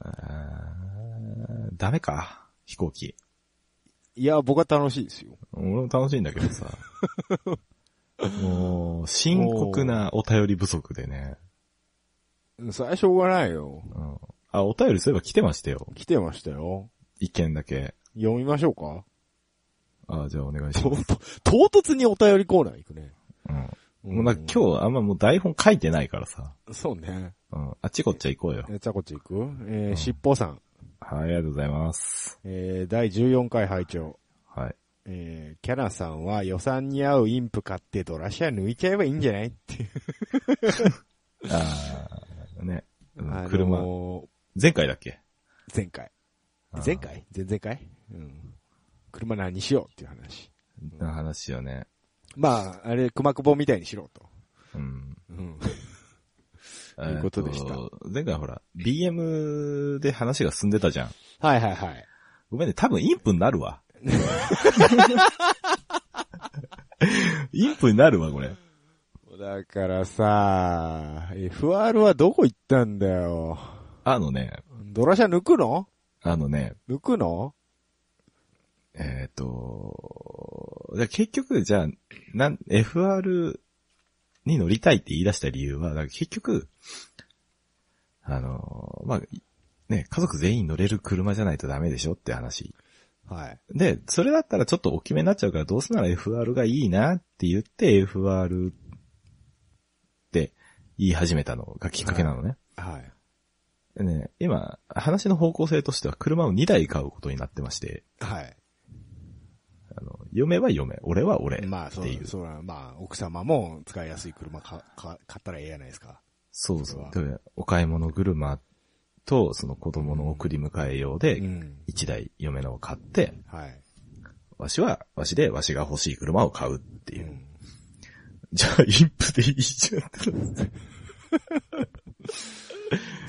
あーダメか。飛行機。いや、僕は楽しいですよ。俺も楽しいんだけどさ。 もう、深刻なお便り不足でうね。んそれはしょうがないよ。うんあ、お便りそういえば来てましたよ。来てましたよ。一件だけ。読みましょうかあじゃあお願いしとます。と、唐突にお便りコーナー行くね。うん。もうなんか今日あんまもう台本書いてないからさ。日。そうね。うん。あっちこっちゃ行こうよ。え、ちゃこっち行くえうー、んしっぽさん。はい、ありがとうございます。えー、第14回拝聴。はい。えー、キャナさんは予算に合うインプ買ってドラシア抜いちゃえばいいんじゃないっていう。あーね。うんあのー車、前回だっけ前回。あー前回前々回うん。車何しようっていう話。な話よね。まあ、あれ、熊久保みたいにしろと。うん。うん。ということでした前回ほら、BM で話が進んでたじゃん。 はいはいはい。ごめんね、多分インプになるわ。インプになるわ、これ。だからさ、FR はどこ行ったんだよ。あのね、ドラシャ抜くのあのね、抜くのえっ、と、じゃあ結局、じゃあ、なん、FR に乗りたいって言い出した理由は、だから結局、あの、まあ、ね、家族全員乗れる車じゃないとダメでしょって話。はい。で、それだったらちょっと大きめになっちゃうから、どうせなら FR がいいなって言って FR って言い始めたのがきっかけなのね。はい。でね今、話の方向性としては車を2台買うことになってまして、はい。あの、嫁は嫁、俺は俺。まあ、そ、っていううそうな、まあ、奥様も使いやすい車か、か、買ったらええやないですか。そうそそれはう。でお買い物車と、その子供の送り迎え用うで、ん。 1台嫁のを買って、はい。わしは、わしで、わしが欲しい車を買うっていうう。ん。じゃあ、インプでいいじゃんってなって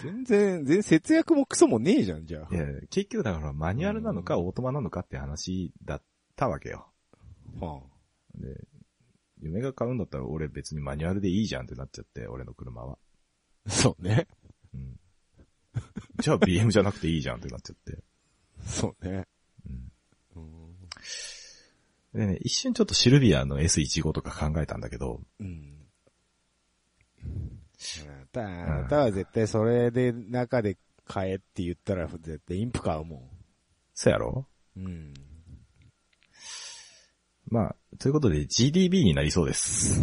全然、全然節約もクソもねえじゃん、じゃあい。や、結局だからマニュアルなのかオートマなのかって話だったわけよ。はで、嫁が買うんだったら俺別にマニュアルでいいじゃんってなっちゃって、俺の車は。あ、そうね。 うん。じゃあ BM じゃなくていいじゃんってなっちゃって。そうね。うん。うん。でね、一瞬ちょっとシルビアの S15 とか考えたんだけど、うん。あなた、あなたは絶対それで中で買えって言ったら絶対インプ買うもそうやろん。うん。まあ、ということで GDB になりそうです。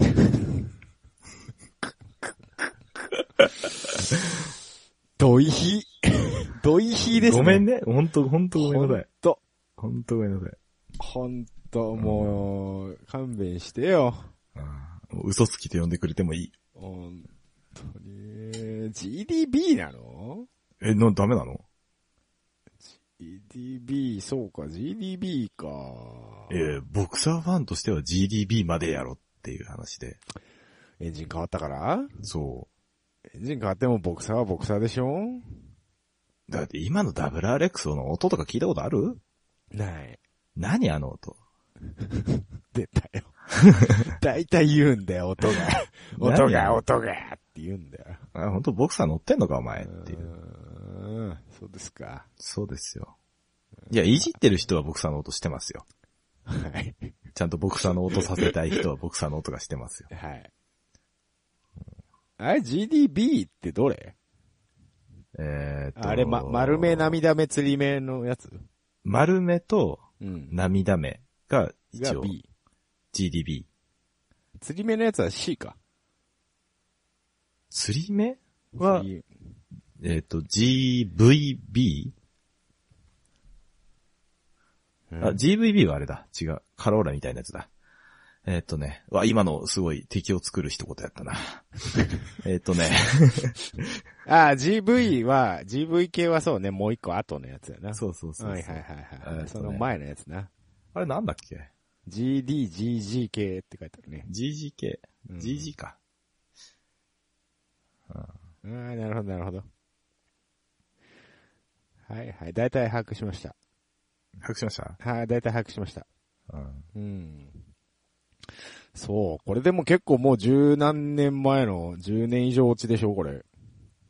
ドイ ヒ。ドイヒですね。ごめんね。ほんと、ほんとごめんなほさいん。と、ほんとごめんなさい。ほんと、もう、勘弁してよ。もう嘘つきと呼んでくれてもいい。ほんとに。GDB なのえ、な、ダメなの ?GDB、そうか、GDB か。えーボクサーファンとしては GDB までやろっていう話で。エンジン変わったからそエンジン変わってもボクサーはボクサーでしょう。だって今の WRX の音とか聞いたことあるない。何あの音。出た よ。だいたい言うんだよ、音が。音何が、が音がって言うんだよ。あ、本当ボクサー乗ってんのかお前っうていう。ーん、そうですか。そうですよ。いや、いじってる人はボクサーの音してますよ。はい。ちゃんとボクサーの音させたい人はボクサーの音がしてますよ。はい。あれ、GDB ってどれえーっと。あれ、ま、丸目、。涙目、釣り目のやつ丸目とうん。涙目が一が応 B。 GDB。釣り目のやつは C か。釣り目は、釣りえっ、と、GVB? うんあ、GVB はあれだ。違う。カローラみたいなやつだ。えっ、とね。わ、今のすごい敵を作る一言や ったな。えっと ね。あ、GV は、GV 系はそうね、もう一個後のやつやな。そうそうそうそうはいはいはいはえーとねい。その前のやつな。あれなんだっけ GD、GG 系って書いてあるね。 ?GGK。うん GG か。あーなるほどなるほど。はいはい。大体把握しました。把握しましたはい、大体把握しました。うん。うん。そう。これでも結構もう十何年前の10年以上落ちでしょ、これ。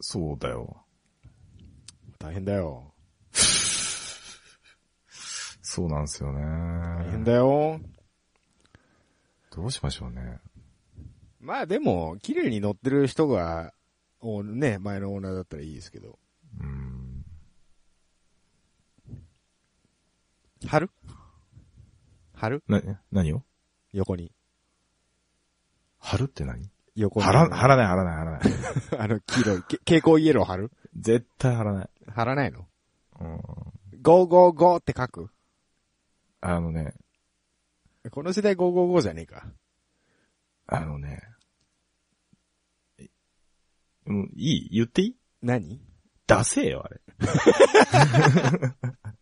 そうだよ。大変だよ。そうなんですよね。大変だよ。どうしましょうね。まあでも、綺麗に乗ってる人が、おね、前のオーナーだったらいいですけど。うん。貼る貼るな、何を横に。貼るって何横に。貼ら、貼らない貼らない貼らない。 あの、黄色い、け蛍光イエロー貼る 絶対貼らない。貼らないのうん。 ?555 って書くあのね、この時代555じゃねえか。あのね、えもういい言っていい何ダセえよ、 あれ。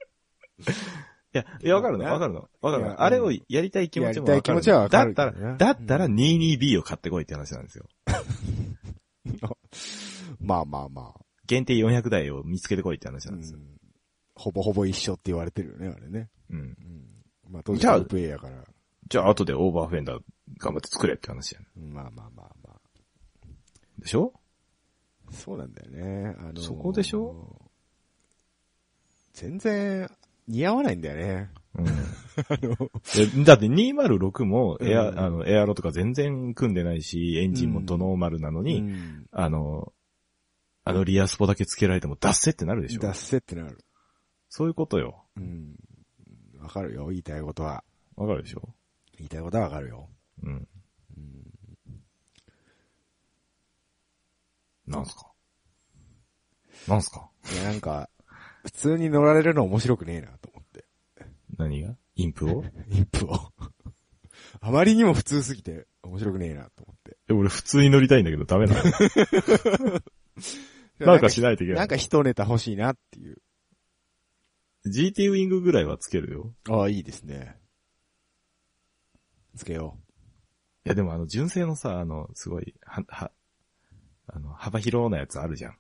いや、いや、わかるの、わかるの、わかるいやの。あれをやりたい気持ちもわかるの。やりたい気持ちはわかるけだどったねら、だったら 22B を買ってこいって話なんですよ。まあまあまあ。限定400台を見つけてこいって話なんですよ。うんほぼほぼ一緒って言われてるよね、あれね。うん。うん。まあ当時じゃあロープウェイやから。じゃあ、後でオーバーフェンダー頑張って作れって話やねうんまあまあまあまあ。でしょそうなんだよね。あのーそこでしょ全然似合わないんだよね。う ん。あの、えだって206もエア、うんあの、エアロとか全然組んでないし、エンジンもドノーマルなのに、うんあの、あのリアスポだけつけられても脱せってなるでしょ出せってなる。そういうことよ。うん。わかるよ、言いたいことは。わかるでしょ言いたいことはわかるよ。うん。うんなんすかなんすかいや、なんか、普通に乗られるの面白くねえなと思って。何がインプ をインプを。あまりにも普通すぎて面白くねえなと思って。え俺普通に乗りたいんだけどダ メなのなんかしないといけななんい。か一ネタ欲しいなっていう。 GT ウィングぐらいはつけるよ。ああ、いいですね。つけよいやでもあの純正のさ、あの、すごい、は、は、あの、幅広なやつあるじゃん。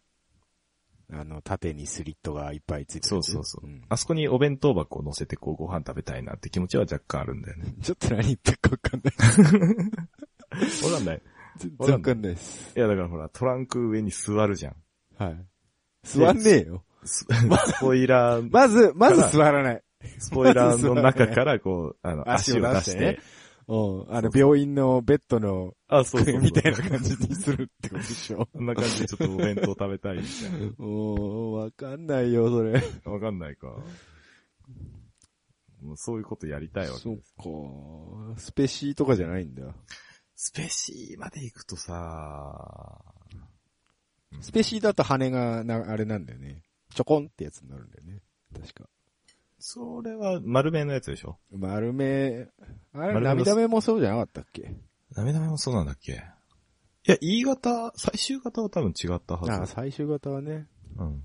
あの、縦にスリットがいっぱいついてるそやうつ。そうそう。んあそこにお弁当箱を乗せてこうご飯食べたいなって気持ちは若干あるんだよね。ちょっと何言ってるかわかんない。 わかんない。全然わかんないです。いやだからほら、トランク上に座るじゃん。はい。座んねえよ。 ススポイラー、まず、まず座らない。スポイラーの中からこう、あの、足足をを出出してして。うん。あの、病院のベッドのあ、そうそうそうみたいな感じにするってことでしょ。こんな感じでちょっとお弁当食べたいみたいもう、わかんないよ、それ。な。わかんないか。もうそういうことやりたいわけそです。っか。スペシーとかじゃないんだ。スペシーまで行くとさ、スペシーだと羽がな、あれなんだよね。ちょこんってやつになるんだよね。確か。それは丸めのやつでしょ丸目、あれ、丸目の涙目もそうじゃなかったっけダメダメもそうなんだっけいや、E 型、最終型は多分違ったはず。ああ、最終型はね。うん。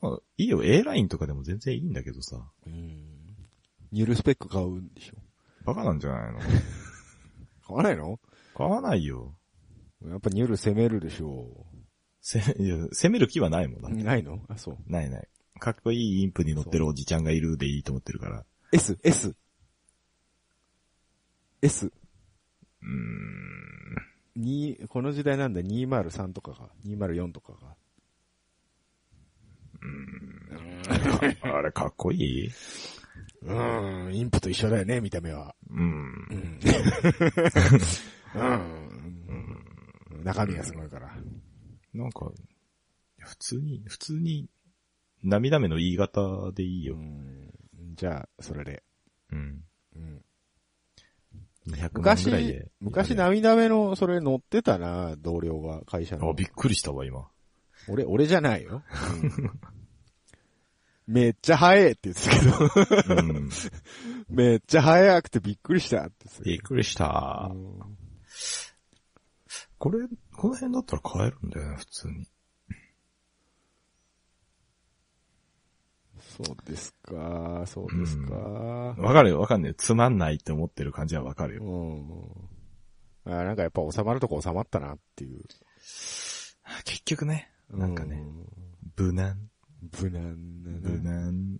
まあ、いいよ、A ラインとかでも全然いいんだけどさ。うん。ニュルスペック買うんでしょ。バカなんじゃないの買わないの買わないよ。やっぱニュル攻めるでしょせ、いや、攻める気はないもんだ。う。ないのあ、そう。ないない。かっこいいインプに乗ってるおじちゃんがいるでいいと思ってるから。 S、S。S。うーん。に、この時代なんだ、203とかが、204とかが。あれかっこいいうーん、インプと一緒だよね、見た目は。ううん。ん。うん。中身がすごいから。なんか、いや普通に、普通に、涙目の E 型でいいうよ。ん。じゃあ、それで。うん。うん、 200万ぐらい昔で。、昔な。あ、涙目の、それ乗ってたな、同僚が、会社の。びっくりしたわ、 今。俺、俺じゃないよ。めっちゃ速えって言ってたけど、うん。めっちゃ速くてびっくりしたって言ってたびっくりした。うんこれ、この辺だったら買えるんだよね、普通に。そうですか、そうですか。わかるよ、わかんない。つまんないって思ってる感じはわかるよ。うん。あなんかやっぱ収まるとこ収まったなっていう。結局ね、なんかねう、無難、無難な無な。難。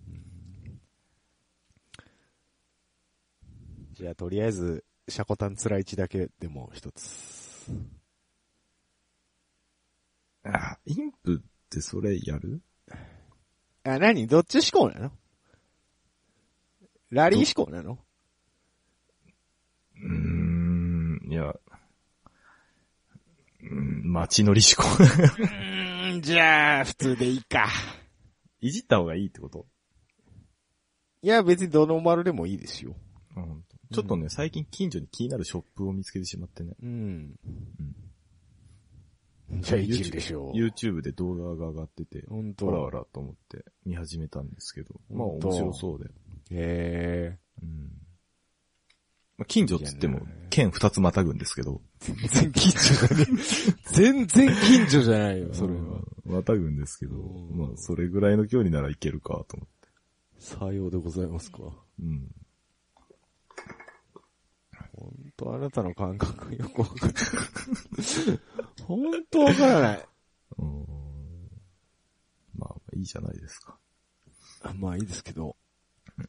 じゃあとりあえず、シャコタン辛い地だけでも一つ。あ、インプってそれやるあ、何どっち思考なのラリー思考なのうーん、いや、うん、街乗り思考。うーん、じゃあ、普通でいいか。いじった方がいいってこといや、別にどの丸でもいいですよ。うんちょっとね、最近近所に気になるショップを見つけてしまってね。うん。じゃあ、生きるでしょう。 YouTube で動画が上がってて、本あら当あらと思って見始めたんですけど、まあほんと面白そうで。へえ。うん。まあ、近所っつっていいもじゃない、県二つまたぐんですけど。全然近所じゃねえ。全然近所じゃないよ、それは。うん。またぐんですけど、うんまあ、それぐらいの距離ならいけるかと思って。さようでございますか。うん。ほんとあなたの感覚よくわ かんない。ほんとわからない。うんまあ、いいじゃないですか。まあいいですけど。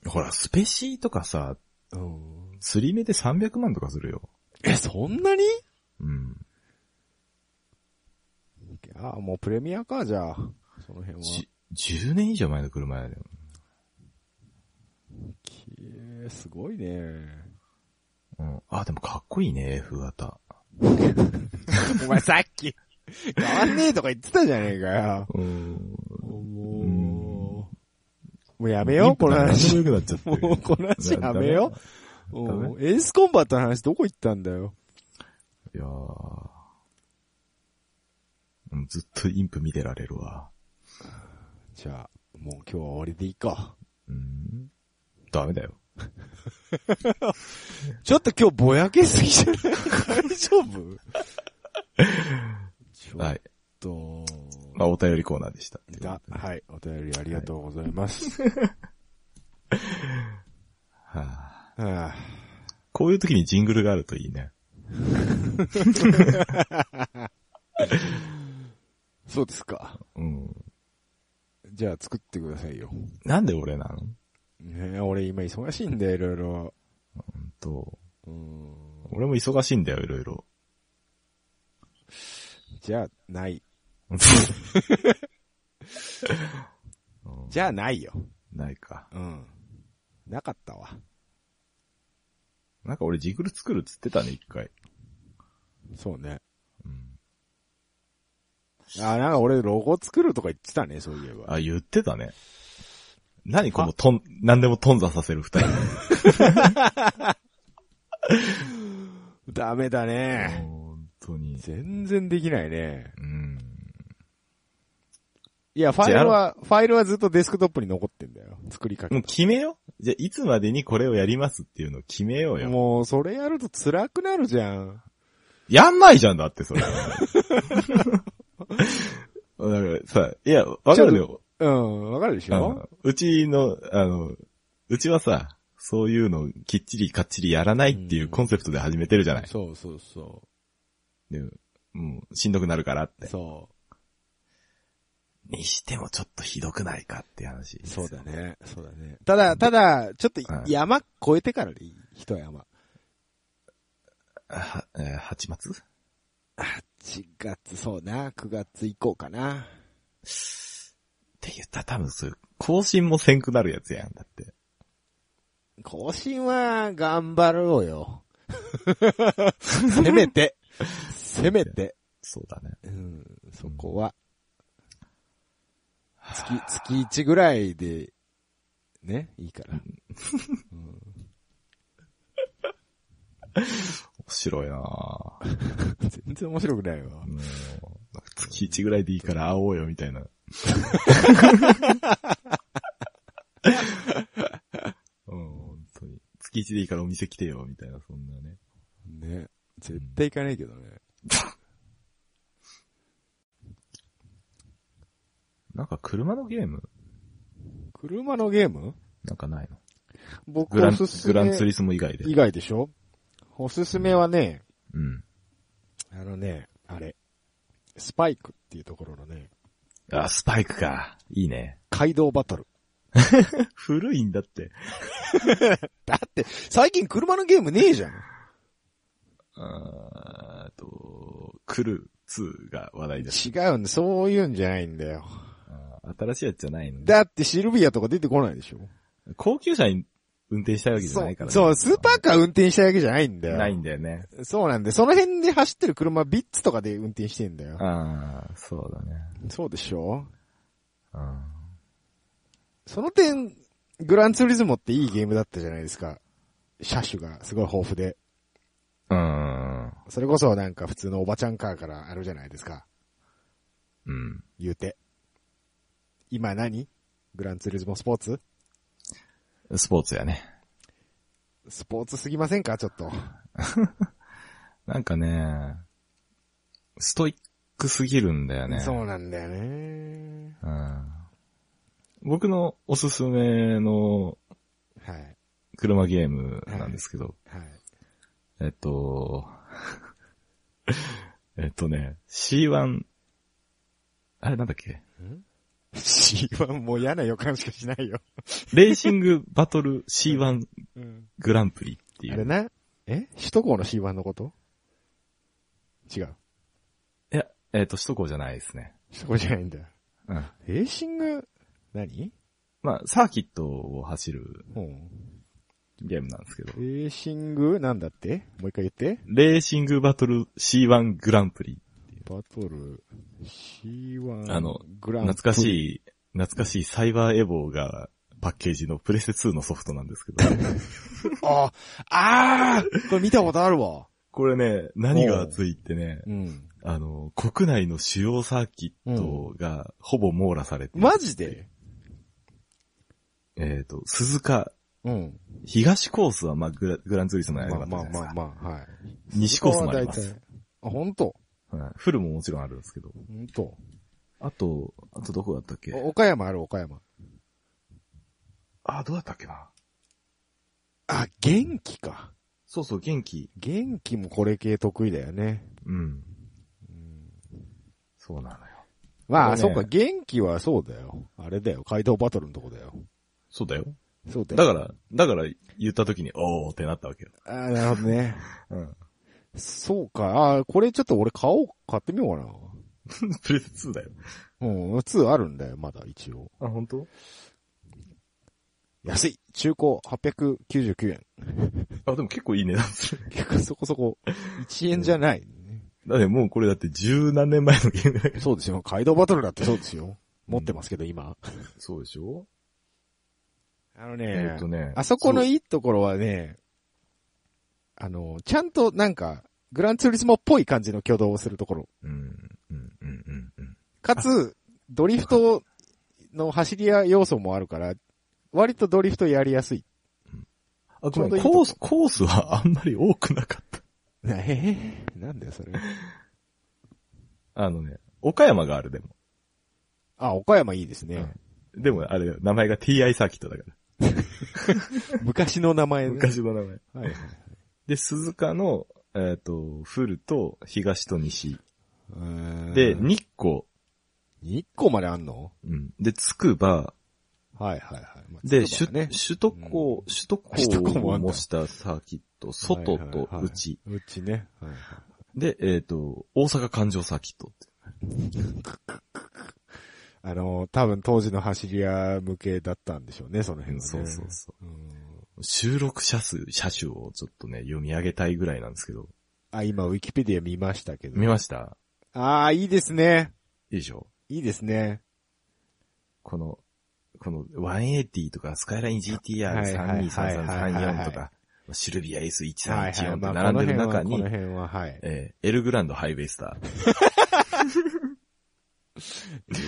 ほら、スペシーとかさ、うん、釣り目で300万とかするよ。え、そんなにうん。ああ、もうプレミアか、じゃあ。その辺は。じ10年以上前の車やで。きえすごいね。うん。あ、でもかっこいいね、F 型。お前さっき、変わんねえとか言ってたじゃねえかよ。 うん。もう、もうやめよう、この話。良くなっちゃってるもうこの話やめよう。ダメうんエースコンバットの話どこ行ったんだよ。いやーうんずっとインプ見てられるわ。じゃあ、もう今日は終わりでいいか。うん。ダメだよ。ちょっと今日ぼやけすぎじゃない大丈夫ちょ はっい。と、まあ、お便りコーナーでした。だ、はい、お便りありがとうございます。はあ、はあこういう時にジングルがあるといいね。そうですか。うん。じゃあ作ってくださいよ。なんで俺なのねえ俺今忙しいんだよ、いろいろ。うんと、うん。俺も忙しいんだよ、いろいろ。 じゃあ、ない。うんじゃあ、ないよ。ないか。うん。なかったわ。なんか俺ジグル作るっつってたね、一回。そうね。うんあ、なんか俺ロゴ作るとか言ってたね、そういえば。あ、言ってたね。何このとん、何でも頓挫させる二人。ダメだね。本当に。全然できないね。うん。いや、ファイルは、ファイルはずっとデスクトップに残ってんだよ。作りかもけう決めようじゃあ、いつまでにこれをやりますっていうのを決めようた。よ。もう、それやると辛くなるじゃん。やんないじゃんだって、それ。だ からさ、いや、わかるよ。うん、わかるでしあょのうちの、あの、うちはさ、そういうのをきっちりかっちりやらないっていうコンセプトで始めてるじゃない。そうそうそでもう、しんどくなるからっう。て。そにしてもちょっとひどくないかって話。う。そうだ。ね。そうだね。ただ、ただ、ちょっとうん山越えてからでいい。一山。は、えー、8月8月、そうな。9月以降かな。って言ったら多分そういう、更新もせんくなるやつやん、だって。更新は頑張ろうよ。 せめて。せめて。そうだね。うん、そこは。月、月1ぐらいで、ね、いいから。面白いなぁ。全然面白くないわ。もう月1ぐらいでいいから会おうよ、みたい な。うん、本当に。月1でいいからお店来てよ、みたいな、そんなね。ね。絶対行かないけどね。なんか車のゲーム車のゲームなんかないの僕グラおン、すすグめ。ランツリスモ以外で。以外でしょおすすめはね、うん。あのね、あれ、スパイクっていうところのね、あ、スパイクか。いいね。街道バトル。古いんだって。だって、最近車のゲームねえじゃん。あーっと、クルー2が話題です。違うんだ、そういうんじゃないんだよ。あー新しいやつじゃないので。だってシルビアとか出てこないでしょ高級車に運転したいわけじゃそなういから、ね、そう、スーパーカー運転したいわけじゃないんだよ。ないんだよね。そうなんで、その辺で走ってる車ビッツとかで運転してんだよ。ああ、そうだね。そうでしょうんその点、グランツーリズモっていいゲームだったじゃないですか。車種がすごい豊富で。うん。それこそなんか普通のおばちゃんカーからあるじゃないですか。うん。言うて。今何グランツーリズモスポーツスポーツやね。スポーツすぎませんかちょっと。なんかね、ストイックすぎるんだよね。そうなんだよね。うん。僕のおすすめのはい。車ゲームなんですけど、はい。えっと、 えっとね、C1、あれなんだっけ C1 もう嫌な予感しかしないよ。レーシング バトル C1 うん。グランプリっていあれう。な、え首都高の C1 のこと違う。いや、えっと、首都高じゃないですね。首都高じゃないんだよ。うん。レーシング、何まあ、サーキットを走るうん。ゲームなんですけど、レーシング、なんだってもう一回言って。レーシングバトル C1 グランプリ。バトル、C1、あの、グラン懐かしい。い、懐かしいサイバーエボーがパッケージのプレステ2のソフトなんですけど、 あ、あーこれ見たことあるわ。これね、何が熱いってね、うん。あの、国内の主要サーキットがほぼ網羅されて、マジでえっ、と、鈴鹿、うん。東コースはまあグラグランツーリスモまやあり方じゃまなあいですまか。あまあ、はい。西コースもありますそこは大体。あ、本当うんフルももちろんあるんですけど。本当。あと、あとどこだったっけお岡山ある岡山。あ、どうだったっけなあ、元気か。そうそう、元気。元気もこれ系得意だよね。うん。そうなのよ。まあ、ねそっか、元気はそうだよ。あれだよ、街道バトルのとこだよ。そうだよ。そうだだよ。から、だから言った時に、おーってなったわけよ。ああ、なるほどね。うん。そうか、ああ、これちょっと俺買おう、買ってみようかプレス2だよ。な。うん、2あるんだよ、まだ一応。あ、本当？安い中古899円。あ、でも結構いい値段する。結構そこそこ、1円じゃない。だってもうこれだって十何年前のゲームだけど。そうですよ、街道バトルだってそうですよ。 持ってますけど、今。そうでしょあのえねっと、ね。あそこのういいところはね、あの、ちゃんとなんか、グランツーリスモっぽい感じの挙動をするところ。うん、うん、うん、うん、うん。かつ、ドリフトの走りや要素もあるから、割とドリフトやりやすい。あ、ちょごうどいめいとん、こコース、コースはあんまり多くな かった。え えなんだよ、それ。あのね、岡山があるでも。あ、岡山いいですね。でもあれ、名前が TI サーキットだか昔の名前ら。ね昔の名前。はいはい。で、鈴鹿の、えっ、と、フルと東と西。うーんで、、日光。日光まであんのうん。で、つくば。はいはいはい。まあで、筑首波だね首都高、う首都首都高高もあをんだ模したサーキット、外はいはいとはい内。うちね。はいはいで、えっ、と、大阪環状サーキットって。あの、多分当時の走り屋向けだったんでしょうね、その辺はね。。そうそうそうん、う。収録者数、車種をちょっとね、読み上げたいぐらいなんですけど。あ、今、ウィキペディア見ましたけど。見ましたああ、いいですね。いいでしょいいですね。この、この180とか、スカイライン GTR323334 はいはいはいはいはいとか、シルビアはいはい S1314 ってまあ並んでるこ中にの、辺は、この辺ははい。えーエルグランドハイウェイスター、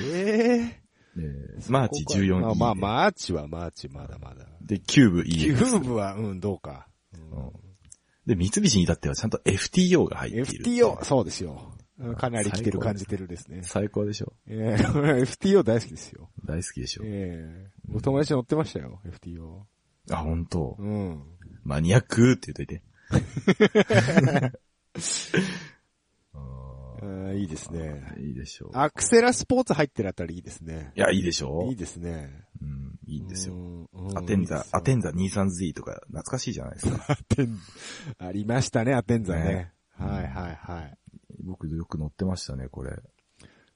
えええーマーチ14 e まあまあ、マーチはマーチ、まだまだ。で、キューブキ EF ュ。ーブは、うん、どうか。うんで、三菱に至ってはちゃんと FTO が入っている。 FTO! そうですよ。かなり来てる感じてるですね。最高でしょええ FTO 大好きですよ。大好きでしょ、ええ僕友達乗ってましたよ、FTO。あ、本当、うん。マニアックって言っといて。ああいいですね。ーいいでしょう。アクセラスポーツ入ってるあたりいいですね。いや、いいでしょいいですね。うん、いいんですよ。うん。うんアテンザ、アテいいンザ 23Z とか懐かしいじゃないですか。ですよアテンありましたね、アテンザねね。はいはいはい。 僕よく乗ってましたね、これ。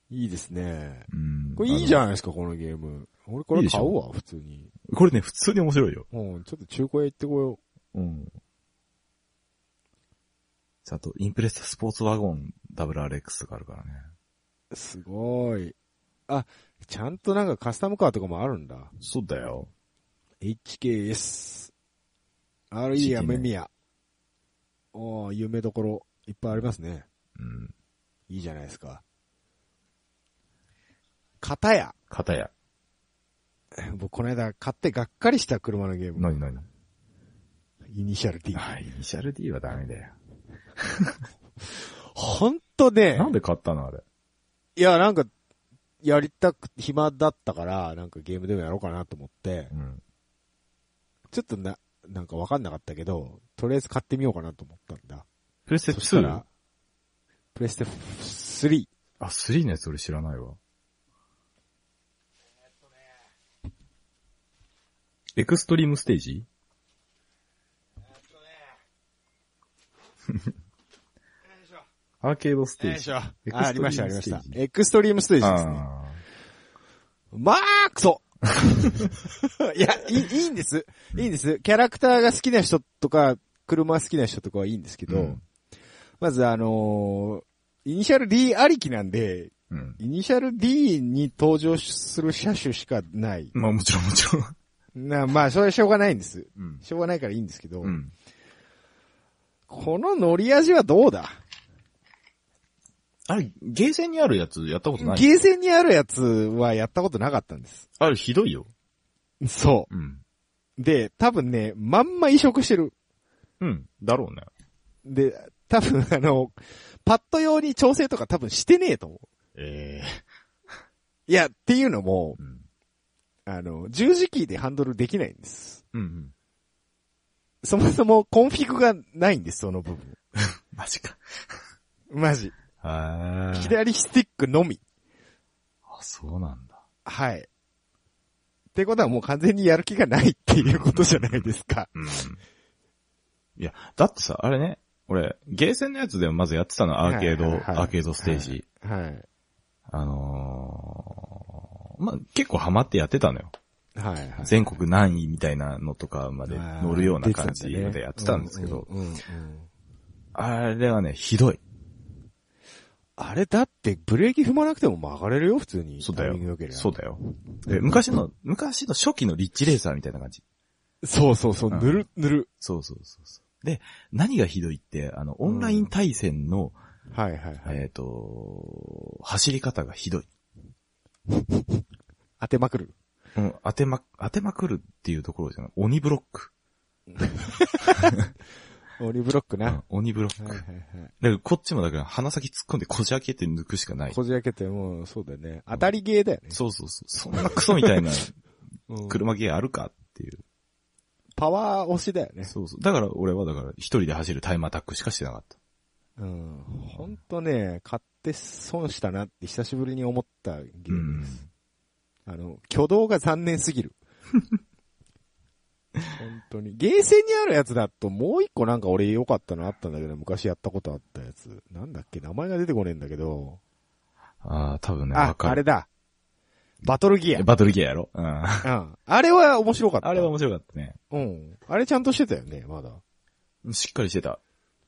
いいですね。うん。これいいじんゃないですか、このゲーム。俺これ買おうわ、普通に。これね、普通に面白いよ。うん、ちょっと中古屋行ってこようん。ちゃんと、インプレッサスポーツワゴン WRX とかあるからね。う。すごい。あ、ちゃんとなんかカスタムカーとかもあるんだ。そうだよ。 HKS。RE やメミヤ。おー、有名どころ、いっぱいありますね。うん。いいじゃないですか。片や。片や。僕この間買ってがっかりした車のゲーム。何何イニシャル D。あ、イニシャル D はダメだよ。ほんとね。なんで買ったのあれ。いや、なんか、やりたく、暇だったから、なんかゲームでもやろうかなと思って、うん。ちょっとな、なんかわかんなかったけど、とりあえず買ってみようかなと思ったんだ。プレステそした2ら、プレステ3。あ、3のやつ俺知らないわ。エクストリームステージアーケードステージ。ょ。あ、エクあストリームりました、ありましたステ。ージエクストリームステージですね。あまあ、クソ いや、いい、いいんです。いいんです。キャラクターが好きな人とか、車好きな人とかはいいんですけーど、まずあのーイニシャル D ありきなんで、うん。うん。イニシャル D に登場する車種しかない。まあもちろんもちろん。なまあ、それはしょうがないんです。うん。しょうがないからいいんですけど、うん。この乗り味はどうだあれ、ゲーセンにあるやつやったことないゲーセンにあるやつはやったことなかったんです。あれひどいよ。そうん。う。で、多分ね、まんま移植してる。うん。だろうね。で、多分あの、パッド用に調整とか多分してねえと思う。えいや、っていうのもえ、うん。あの、十字キーでハンドルできないんです。うんうん。そもそもコンフィグがないんです、その部分。マジか。マジ。あー左スティックのみ。そうなんだ。はい。ってことはもう完全にやる気がないっていうことじゃないですか。うん。いや、だってさ、あれね、俺、ゲーセンのやつでもまずやってたの、アーケード、はいはいはいアーケードステージ。はい。あのー、まあ、結構ハマってやってたのよ。はい、はい。全国何位みたいなのとかまで乗るような感じでやってたんですけど、うんうんうんうんあれはね、ひどい。あれだってブレーキ踏まなくても曲がれるよ、普通に。そうだよタイミング良ければそうだよ。で、昔の、昔の初期のリッチレーサーみたいな感じ。そうそうそう、うんぬる、ぬる。そうそうそうそう。で、何がひどいって、あの、オンライン対戦の、はいはいはい。えっ、と、走り方がひどい。当てまくる。うん、当てま、当てまくるっていうところじゃない。鬼ブロック。オリブロックうな。ん、鬼ブロッはいク。はいだかはい。らこっちもだから鼻先突っ込んでこじ開けて抜くしかない。こじ開けても、そうだよね。当たりゲーだよね。そうそうそう。そんなクソみたいなうん車ゲーあるかっていう。パワー押しだよね。そうそう。だから俺はだから一人で走るタイムアタックしかしてなかった。うん。ほんとね、買って損したなって久しぶりに思ったゲームです。あの、挙動が残念すぎる。 本当に。ゲーセンにあるやつだと、もう一個なんか俺良かったのあったんだけど、昔やったことあったやつ。なんだっけ名前が出てこねえんだけど。ああ、多分ね、わあ、かあれる。だ。バトルギア。うバトルギアやろうん。あん。あれは面白かった。れは面白かったね。うん。あれちゃんとしてたよね、まだ。しっかりしてた。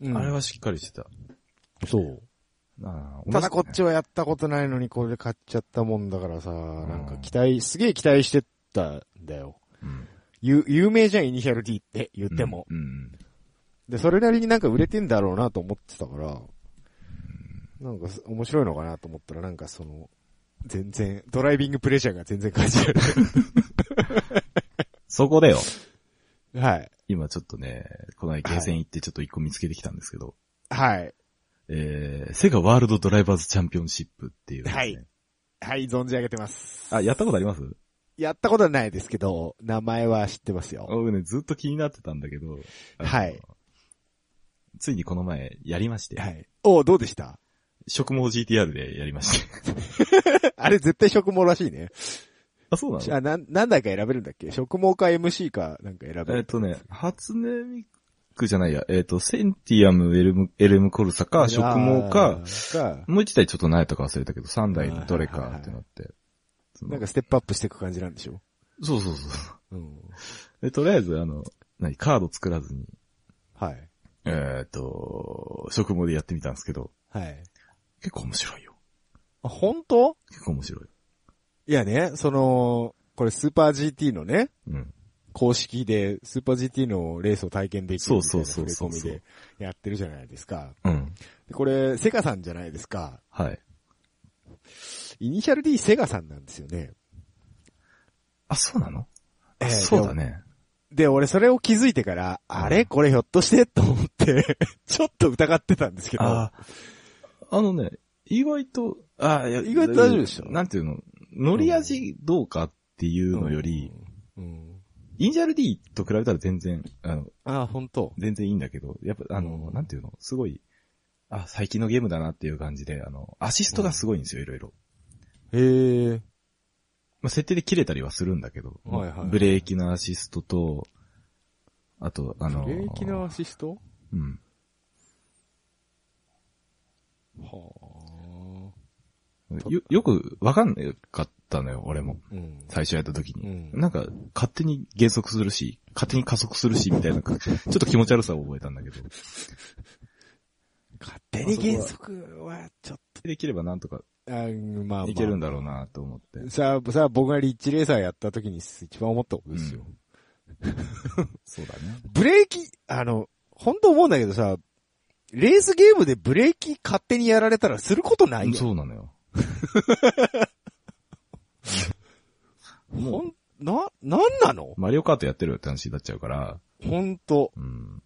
うん。あれはしっかりしてた。そう。あただこっちは。はやったことないのにこれで買っちゃったもんだからさ、なんかうん期待、すげえ期待してたんだよ。うんゆ、有名じゃん、イニシャル D って言っても。うんうん。で、それなりになんか売れてんだろうなと思ってたから、なんかす面白いのかなと思ったらなんかその、全然、ドライビングプレジャーが全然感じ られそこだよ。る。はい。今ちょっとね、この間ゲーセン行ってちょっと一個見つけてきたんですけど、はい。えー、セガワールドドライバーズチャンピオンシップっていう、はい。はい、存じ上げてます。あ、やったことありますやったことはないですけど、名前は知ってますよ。僕ね、ずっと気になってたんだけど、あのはい。ついにこの前やりまして、はい。おうどうでした食毛 GTR でやりまして。あれ絶対食毛らしいね。 あ、そうなのあ、なん、何台か選べるんだっけ食毛か MC かなんか選べる。えっ、とね、初音ミクじゃないや、えっ、と、センティアム、エルム、エルムコルサか、食毛か、、か、もう一台ちょっと何やったか忘れたけど、三台どれはいはいかはいってなって。そのなんかステップアップしていく感じなんでしょそうそうそう。うん。で、とりあえず、あの、何、カード作らずに、はい。えっ、と、食毛でやってみたんですけど、はい。結構面白いよ。あ、本当結構面白い。いやね、その、これスーパー GT のね、うん。公式で、スーパー GT のレースを体験できるみたいなそ触うれそうそうそう込みでやってるじゃないですか。うん。でこれ、セガさんじゃないですか。はい。イニシャル D セガさんなんですよね。あ、そうなの、ええそうだね。で、俺それを気づいてから、あうれんこれひょっとしてと思って、 ちょっと疑ってたんですけど。ああ、のね、意外と、あいや意外と大丈夫でしょなんていうの、乗り味どうかっていうのより、うん、インジャル D と比べたら全然、あの、ああ、本当全然いいんだけど、やっぱあの、うんなんていうの、すごい、あ、最近のゲームだなっていう感じで、あの、アシストがすごいんですよ、いろいろ。へえ。まあ、設定で切れたりはするんだけど、はいはいはいブレーキのアシストと、あと、あの、ブレーキのアシストうん。はよ、よくわかんなかったのよ、俺も。あ。うん。最初やった時に。うんなんか、勝手に減速するし、勝手に加速するし、みたいな、ちょっと気持ち悪さを覚えたんだけど。勝手に減速はちょっできればなんとかと、あうんまあまあいけるんだろうなと思って。さあ、さあ、僕がリッチレーサーやった時に一番思ったことですよ。そうだね。ブレーキ、あの、本当思うんだけどさ、レースゲームでブレーキ勝手にやられたらすることないうんよ。そうなのよ。ほもん、な、なんなのう、マリオカートやってるよって話になっちゃうから、本当うん。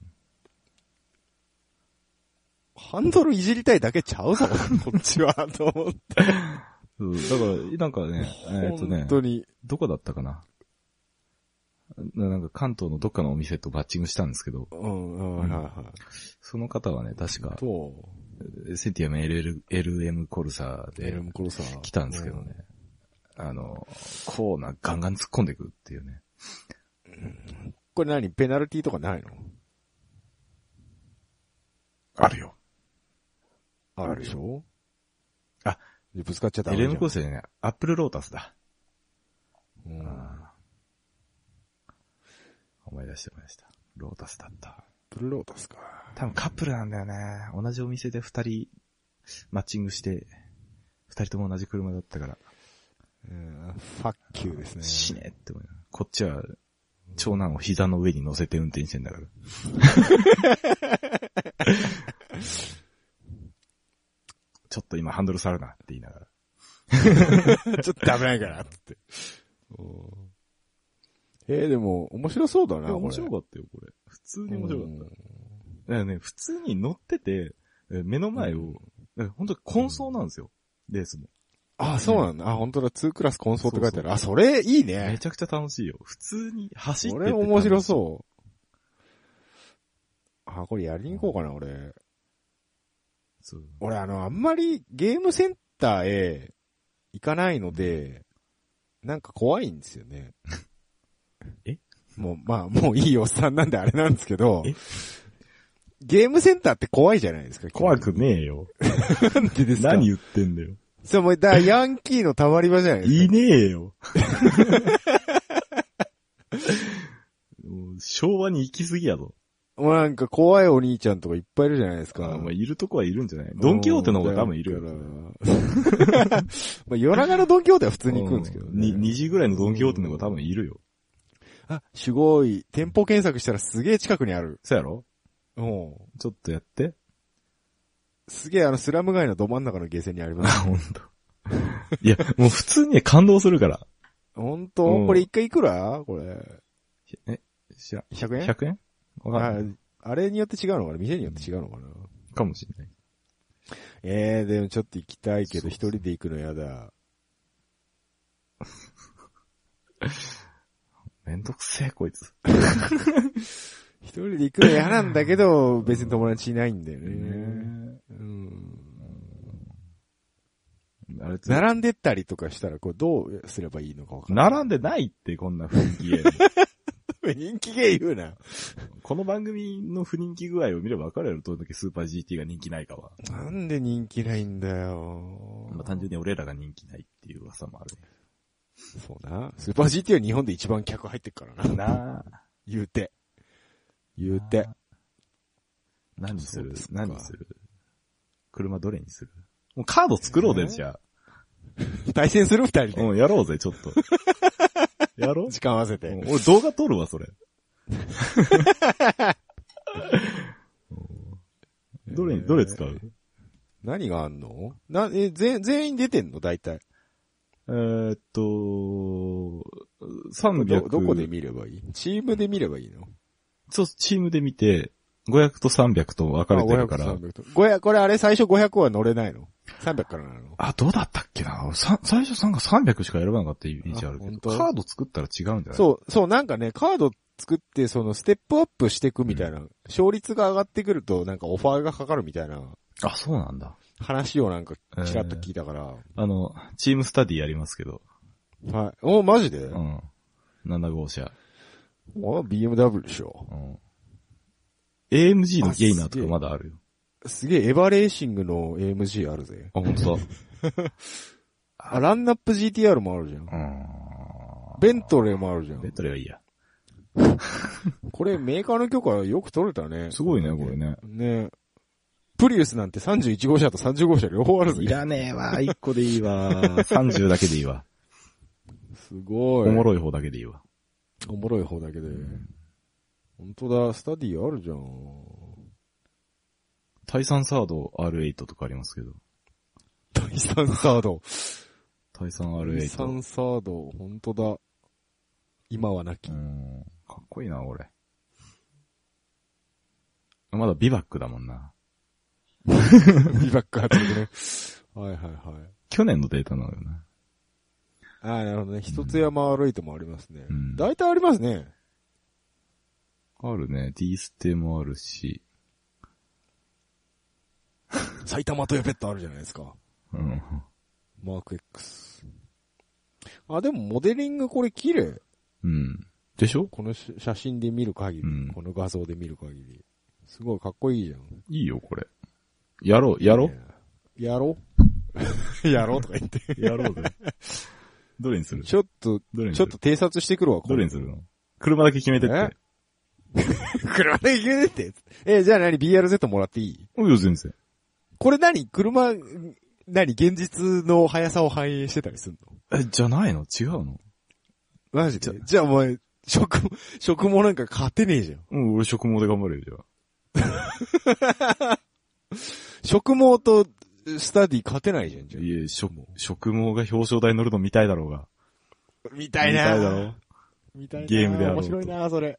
ハンドルいじりたいだけちゃうぞ、 こっちは、と思って。そうだから、なんかね、えっとね本、当に。どこだったかな。ななんか関東のどっかのお店とバッチングしたんですけど、うん、うん、はいはその方はね、確い。か、と、センティアム LL LM コルサーエでルムコロサー来たんですけどね。あの、コーナーガンガン突っ込んでくっていうね。これ何ペナルティとかないのあるよ。あるでしょあ、でぶつかっちゃった。 LM コースじゃない、アップルロータスだ。うんあー思い出してました。ロータスだった。ブルーロータスか。多分カップルなんだよね。同じお店で二人マッチングして、二人とも同じ車だったから、うん、ファッキューですね。死ねって思いながらこっちは、長男を膝の上に乗せて運転してんだから。 ちょっと今ハンドル触るなって言いながら。ちょっと危ないから、つって。えー、でも、面白そうだな、これ。面白っかったよ、これ。普通に面白かった。だからね、普通に乗ってて、え目の前うんを、だから本当に混走なんですよ、レースも。た。あ、そうなんだ。あ、本当だ、2クラスコンソーって書いてある。そうあ、それいいめね。ちゃくちゃ楽しいよ。普通に走ってこてれ面白そう。あ、これやりに行こうかな、俺。そう。俺、あの、あんまりゲームセンターへ行かないので、なんか怖いんですよね。 えもう、まあ、もういいおっさんなんであれなんですけどえ、ゲームセンターって怖いじゃないですか。怖くねえよ。なんでですか何言ってんだよ。そう、もう、だからヤンキーのたまり場じゃないですか。いねえよ。もう昭和に行き過ぎやぞ。もうなんか怖いお兄ちゃんとかいっぱいいるじゃないですあか。まあ、いるとこはいるんじゃないドンキホーテの方が多分いるよ。だから まあ、夜中のドンキホーテは普通に行くんですけどうね。に2時ぐらいのドンキホーテの方が多分いるよ。あ、すごい。店舗検索したらすげえ近くにある。そうやろうん。ちょっとやって。すげえあのスラム街のど真ん中のゲーセンにありまあ、 す。ほんと。いや、もう普通にね感動するから。ほんとうんこれ一回いくらこれ。え、しゃ、 100円100円わかんあない。あれによって違うのかな店によって違うのかなかもしれない。ええでもちょっと行きたいけそどう一人で行くのやだ。めんどくせえ、こいつ。一人で行くの嫌なんだけど、別に友達いないんだよね。うん。あれつ並んでったりとかしたら、これどうすればいいのかわかんない。並んでないって、こんな雰囲気ゲーム人気ゲー言うな。 この番組の不人気具合を見れば分かるやろ、どれだけスーパー GT が人気ないかは。なんで人気ないんだよ。まあ単純に俺らが人気ないっていう噂もあるね。そうな。スーパー GT は日本で一番客入ってっからな。なあ。言うて。言うて。何すそうるですか何する車どれにするもうカード作ろうえぜ、ーじゃ対戦する二人あ。で。うん、やろうぜ、ちょっ と。やろう時間合わせて。うん俺動画撮るわ、それ。どれえーに、どれ使う何があんのな、え、全、全員出てんの大体。えーっと、ど、 300。どこで見ればいいチームで見ればいいのそう、チームで見て、500と300と分かれてるから。ああ500 300と500これあれ最初500は乗れないの ?300 からなのどうだったっけな俺さ最初さんが300しか選ばなかったイメージあるけあ本ど、当カード作ったら違うんじゃないそう、そう、なんかね、カード作って、その、ステップアップしていくみたいな、勝率が上がってくると、なんかオファーがかかるみたいな、あ、そうなんだ。話をなんか、ちらっと聞いたから。あの、チームスタディやりますけど。はい。お、マジで、うん。7号車。お ?BMW でしょ。うん。AMG のゲイナーとかまだあるよ。すげえ、エバレーシングの AMG あるぜ。あ、本当だ。あ、ランナップ GTR もあるじゃん。うベントレーもあるじゃん。ベんッ。ドレはいいや。これメーカーの許可よく取れたね。すごいね、これね。ねプリウスなんて31号車と30号車両方あるぜ。 いらねえわ、1個でいいわ。30だけでいいわ。すごい。おもろい方だけでいいわ。おもろい方だけで。本当だ、スタディあるじゃん。タイサンサード R8 とかありますけど。第三サード。タイサン第 R8。三サード、本当だ。今はなきう。ん。かっこいいな、俺。まだビバックだもんな。 ビバック働くね。はいはいはい。去年のデータなのよな。ああ、なるほどね。一つ山歩いてもありますねうん。大体ありますね。あるね。D ステもあるし。埼玉トヨペットあるじゃないですか。うん。マーク X。あ、でもモデリングこれ綺麗。うん。でしょこのし写真で見る限り、うんこの画像で見る限り。すごいかっこいいじゃん。いいよ、これ。やろう、やろねえやろ やろとか言って。う。やろうぜ。 どれにするちょっと、どれにちすょっとる偵察してくるわ、こどれにするの車だけ決めてって。車で行けてって。え、じゃあ何 ?BRZ もらっていいおいよ、全然。これ何車、何現実の速さを反映してたりするのえ、じゃないの違うのマジでじじゃあお前、食、食もなんか勝てねえじゃん。うん、俺食毛で頑張るよ、じゃあ。食毛とスタディ勝てないじゃん、じゃあいえ、食、食毛が表彰台に乗るの見たいだろうが。みたいな。見たいだろう。みたいな。ゲームであろうと面白いな、そ れ。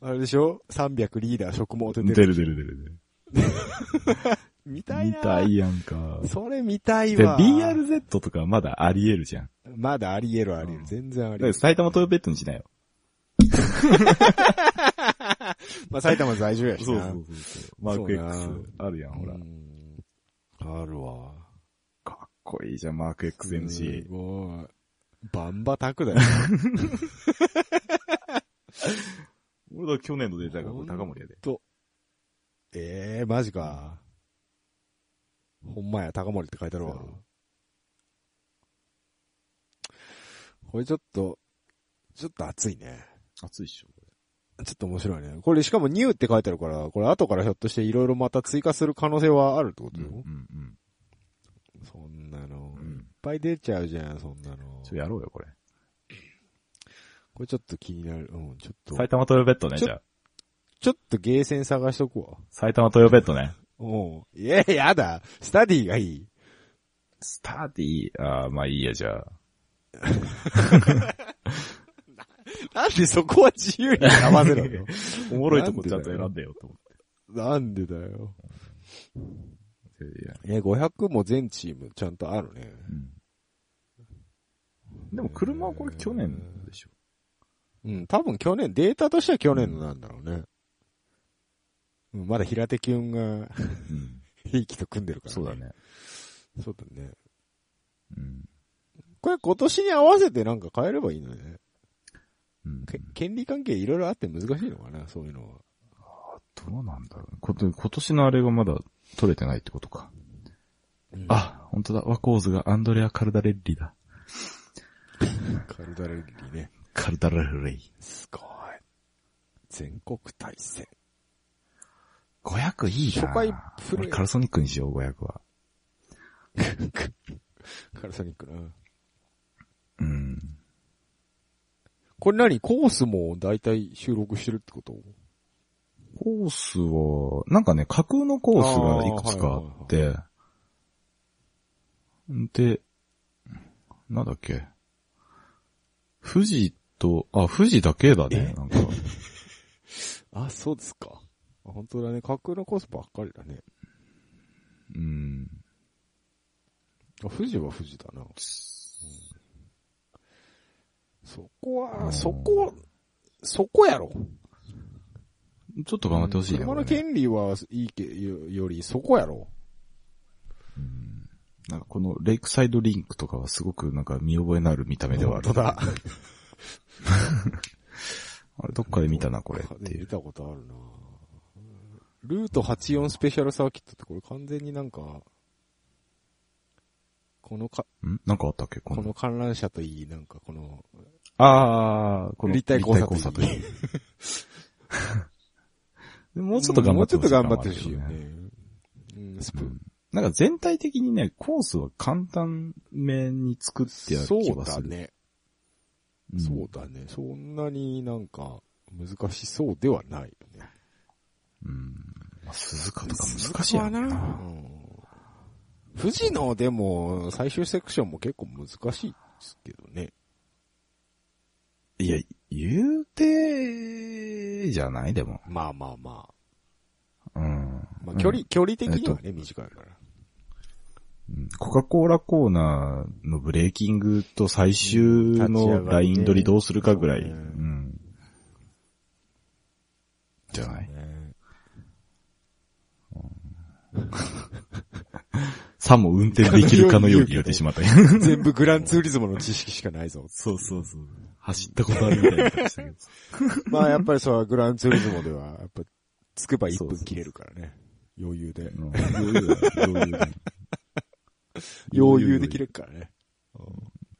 あれでしょ ?300 リーダー食毛って出出る。る出る出る出る。見たい見な。たいやんか。それ見たいで、わ。 BRZ とかまだあり得るじゃん。まだあり得るあり得うる。ん全然あだりか得らる。埼玉トヨペットにしなよ。まあ埼玉在住やしな。そうそう。マークそう X。あるやん、ほらう。んあるわ。かっこいいじゃん、マーク XMC す。ごい。バンバタクだよ。俺だ、去年のデータがこれ高森やで。ええー、マジか。ほんまや、高森って書いてあるわそう。これちょっと、ちょっと熱いね。熱いっしょ。ちょっと面白いね。これしかもニューって書いてあるから、これ後からひょっとしていろいろまた追加する可能性はあるってこうとん、うよ。ん、そんなの、うんいっぱい出ちゃうじゃん、そんなのちょ、。やろうよ、これ。これちょっと気になる。うん、ちょっと。埼玉トヨペットね、ちょじゃあ。ちょっとゲーセン探しとくわ。埼玉トヨペットね。おう。いや、やだ。スタディがいい。スタディああ、まあいいや、じゃあ。なんでそこは自由に選ばせろよ。おもろいとこちゃんと選んでよ、と思っなんでだよ。て。いや、え、500も全チームちゃんとあるね。うん。でも車はこれ去年でしょ。うん、多分去年、データとしては去年のなんだろうね。うん、まだ平手キュンが うん。兵器と組んでるから、そうだ。ね。そうだね。うん。これ今年に合わせてなんか変えればいいのね。うん。け権利関係いろいろあって難しいのかな、そういうのは。どうなんだろうね。こと今年のあれがまだ取れてないってことか。うん、あ、本当だ。ワコーズがアンドレア・カルダレッリだ。カルダレッリね。カルダレッリ。すごい。全国対戦。 500いいな初回プレイ俺カルソニックにしよう、500は。カルソニックな。うん。これ何コースも大体収録してるってことコースは、なんかね、架空のコースがいくつかあって、で、なんだっけ。富士と、あ、富士だけだね、なんか。あ、そうですか。あ本当だね。架空のコースばっかりだね。うん。あ、富士は富士だな。うんそこうんは、そこ、そこやろ。ちょっと頑張ってほしいね。車の俺ね権利はいいけよより、そこやろ。なんかこのレイクサイドリンクとかはすごくなんか見覚えのある見た目ではある。本当だ。 あれどっかで見たな、これってい見う。たことあるなルート84スペシャルサーキットってこれ完全になんか、このか、んなんかあったっけここの。の観覧車といい、なんかこの、あー、この立体交差立といい交差といい もうちょっと頑張ってもうちょっほしい。と頑張ってほしいよね。うん、スプーン。なんか全体的にね、コースは簡単めに作ってあるそ気うがだする。ね。うんそうだね。そんなになんか、難しそうではないよね。うん。まあ、鈴鹿とか難しいやろううな。ん富士のでも、最終セクションも結構難しいですけどね。いや、言うて、じゃないでも。まあまあまあ。うん。まあ、距離、距離的にはえね、短いから。うんコカ・コーラコーナーのブレーキングと最終のライン取りどうするかぐらい。立ちう上がりねん。じゃないねささも運転できるかのように言ってしまった。全部グランツーリズムの知識しかないぞ。 そうそうそう。走ったことあるみたいな感じだけど。まあやっぱりそう、グランツーリズムでは、やっぱ、つくば1そう分そう切れるからね。余裕で。うん余裕だよ余裕だよ余裕で切れるからね。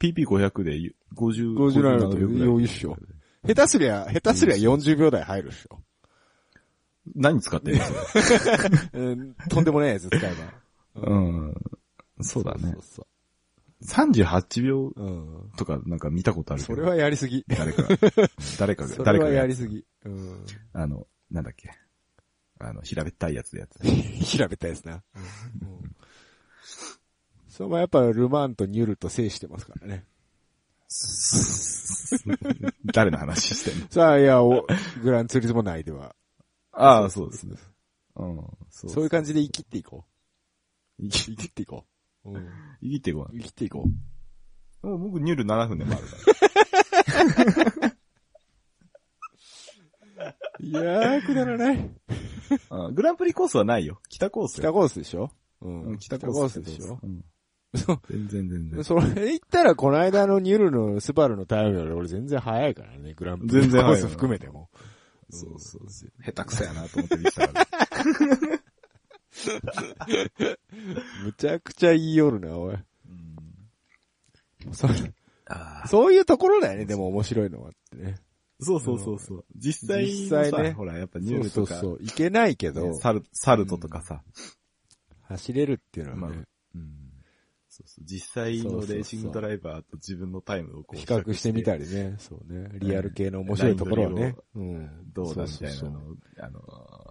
PP500 で50、 50なると57秒ぐらい余裕っしょ下手すりゃ、下手すりゃ40秒台入るでしょ。何使ってんのそれうん、とんでもないやつ使えうん。そうだば。ねそ。うそ38秒う。うん。とかなんか見たことあるけそど。れはやりすぎ。誰か、 誰かそが、れ誰はかやがり、すぎ。うん。 あの、なんだっけ。あの、平べったいやつでやつ。調べたやつな。うんそう、まあやっぱルマンとニュルと制してますからね。 誰の話してんのさあ、いや、おグランツーリズム内では。 ああ、そうですね。うん、そう。そういう感じで生きっていこう。生生きっていこう。うん。生きてごらん。生きっていこう。もう僕ニュール7分でもあるから。いやー、くだらない。あグランプリコースはないよ。北コース北よ。コースでしょううん北北ココーーススでしょうんそう全然全然。それ言ったら、この間のニュルのスバルのタイムより俺全然早いからね、グランプリ全然コ早いーよス含めても。そうそうそう。下手くそやなと思って見てたから。むちゃくちゃ言いよるな、おい。うんそあ あそういうところだよね、でも面白いのはってね。そうそうそうそう。実際に実際ねさ、ほら、やっぱニュールとかそう、そうそう。いけないけど、サルサルトとかさ、走れるっていうのはまあね、そうそう実際そうのそうそうレーシングドライバーと自分のタイムをこう比較してみたりね。そうね。リアル系の面白いところはね。うん。どうだみそたういそなうのを、あの、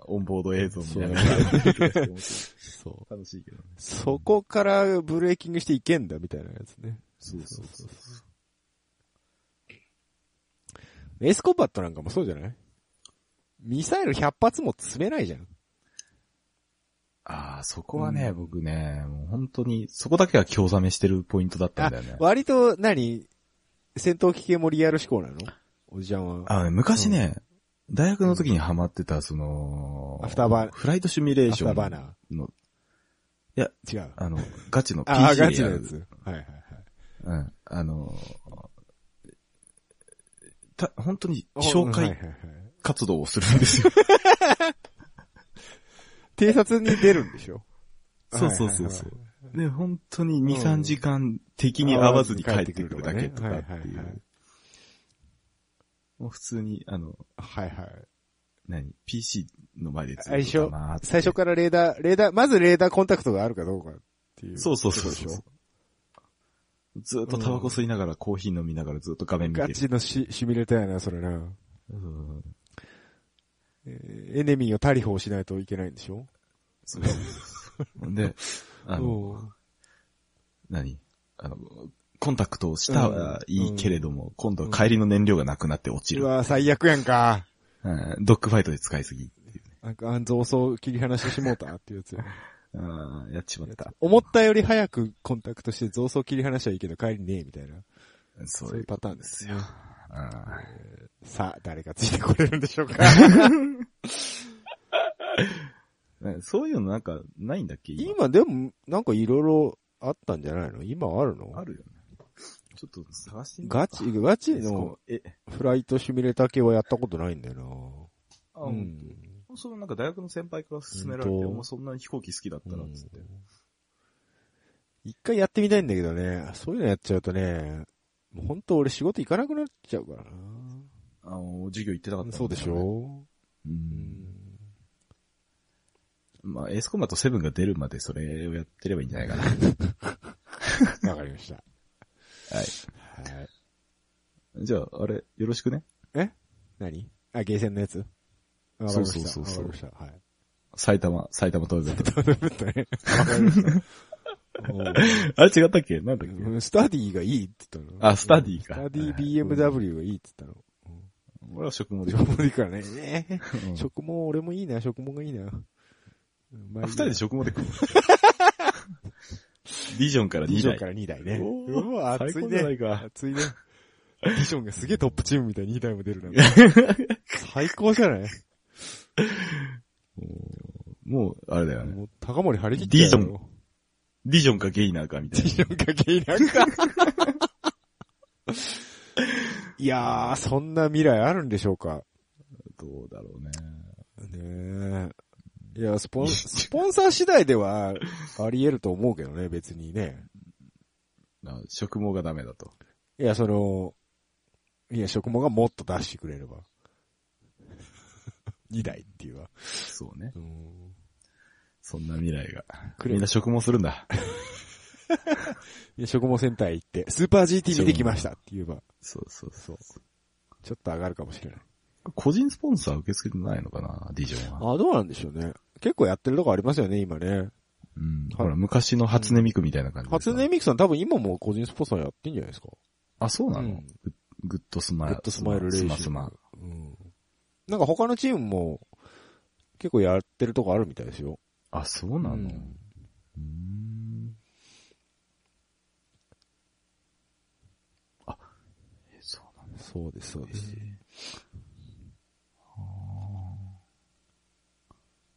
オンボード映像みたいなのが。そう。そう楽しいけどね。そこからブレーキングしていけんだ、みたいなやつね。そうそうそそうう。エースコンバットなんかもそうじゃないミサイル100発も積めないじゃん。ああ、そこはね、僕ね、もう本当に、そこだけが興ざめしてるポイントだったんだよね。割と何、戦闘機系もリアル志向なのおじちゃんは。あのね昔ね、大学の時にハマってた、その、アフターバーフライトシミュレーショアフターバーナンの、違う。あの、ガチの PC あでやあ、る。ガチのやつ。はいはいはい。うん。あの、た、本当にう紹んはい介はいはい活動をするんですよ。偵察に出るんでしょ そうそうそうそう。で、本当にう2、ん3時間敵に合わずに帰ってくるだけとはかいっはいていう。もう普通に、あの、はいはい。何 ?PC の前でずっとあれでしょ黙って最初からレーダー、レーダー、まずレーダーコンタクトがあるかどうかっていう。そうそうそうことでしそょう。ずっとタバコ吸いながら、コーヒー飲みながらずっと画面見てガる。チのシシミュレーターやな、それな。うんえーエネミーを逮捕しないといけないんでしょそうで、あの、うん何あの、コンタクトをしたはいいけれども、今度は帰りの燃料がなくなって落ちうる。わ、最悪やんか。うんドッグファイトで使いすぎ。なんか、あんぞそう切り離してしもうたっていうやつや。ああ、やっちまった。思ったより早くコンタクトして増層切り離しはいいけど帰りねえみたいな。そそうういいうう。パターンですよ。あさあ、誰がついてこれるんでしょうかーそういうのなんか、ないんだっけ今 今でも、なんかいろいろあったんじゃないの今あるのあるよね。ちょっと探してみようかガチ、ガチそのこえ、フライトシミュレーター系はやったことないんだよあな。うん。そのなんか大学の先輩から勧められて、本当お前そんなに飛行機好きだったら、つって。一回やってみたいんだけどね、そういうのやっちゃうとね、もう本当俺仕事行かなくなっちゃうからな。あの、授業行ってなかった、そうでし。ょう。うんん。まあ、エースコンバット7が出るまでそれをやってればいいんじゃないかな。わかりました。 はい。はい。じゃあ、あれ、よろしくね。え何あ、ゲーセンのやつわかりました。そうそうそうそうわかりました。はい。埼玉、埼玉東 京。ドルブット ね。わかりました。あれ違ったっけなんだっけ、うんスタディがいいって言ったの。あ、スタディスか。タディ BMW がいいって言ったの。俺は食毛で。食毛でいいからね。ねえうん食毛、俺もいいな、食毛がいいな。まあ二人でょ食毛で食う。 ディジョンからディ2ジョン台か。ら2台ね。おーうわ、熱最い高じゃなね。いか。熱いね。ディジョンがすげえトップチームみたいに2台も出るなんて。最高じゃないもう、あれだよね。もう高森張り切っディてジたョよン。ディジョンかゲイナーかみたいな。自分かけいなんか。いやー、そんな未来あるんでしょうか。どうだろうね。ねえ。いや、スポン、スポンサー次第では、あり得ると思うけどね、別にね。あ食毛がダメだと。いや、その、いや、食毛がもっと出してくれれば。2台っていうわ。そうね。うんそんな未来が。くれみんな食毛するんだ。いや食毛センター行って、スーパー GT 見てきましたって言えば、そうそうそう。ちょっと上がるかもしれない。個人スポンサー受け付けてないのかな、ディジョンは。あ、どうなんでしょうね。結構やってるとこありますよね、今ね。うん。ほら、昔の初音ミクみたいな感じでさ初音ミクさん多分今も個人スポンサーやってんじゃないですか。あ、そうなの、うんグッグッドスマイル。グッドスマイルレーシングスマスマ。うん。なんか他のチームも結構やってるとこあるみたいですよ。あ、そうなの、ううんん、あ、えそうなんだ。そうです、そうです。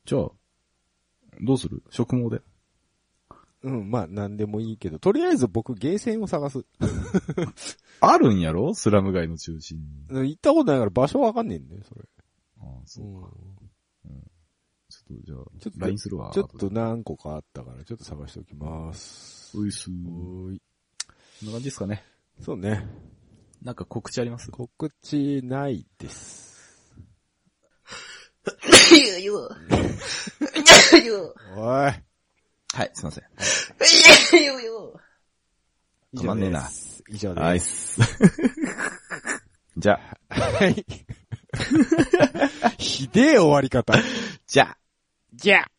じゃあ、どうする食毛で。うん、まあなんでもいいけど、とりあえず僕ゲーセンを探す。あるんやろスラム街の中心に。行ったことないから場所わかんねえんだよ、それ。あそうか。ちょっと、じゃあ、ちょっと LINE するわ。ちょっ後でと何個かあったから、ちょっと探しておきます。ういっす。こおーい。んな感じですかね。そうね。なんか告知あります告知ないです。おい。はい、すいません。以止ま上んねえでなす。以上はでい。す。 じゃ あ、はい。ひでえ終わり方。じゃあ。じゃあ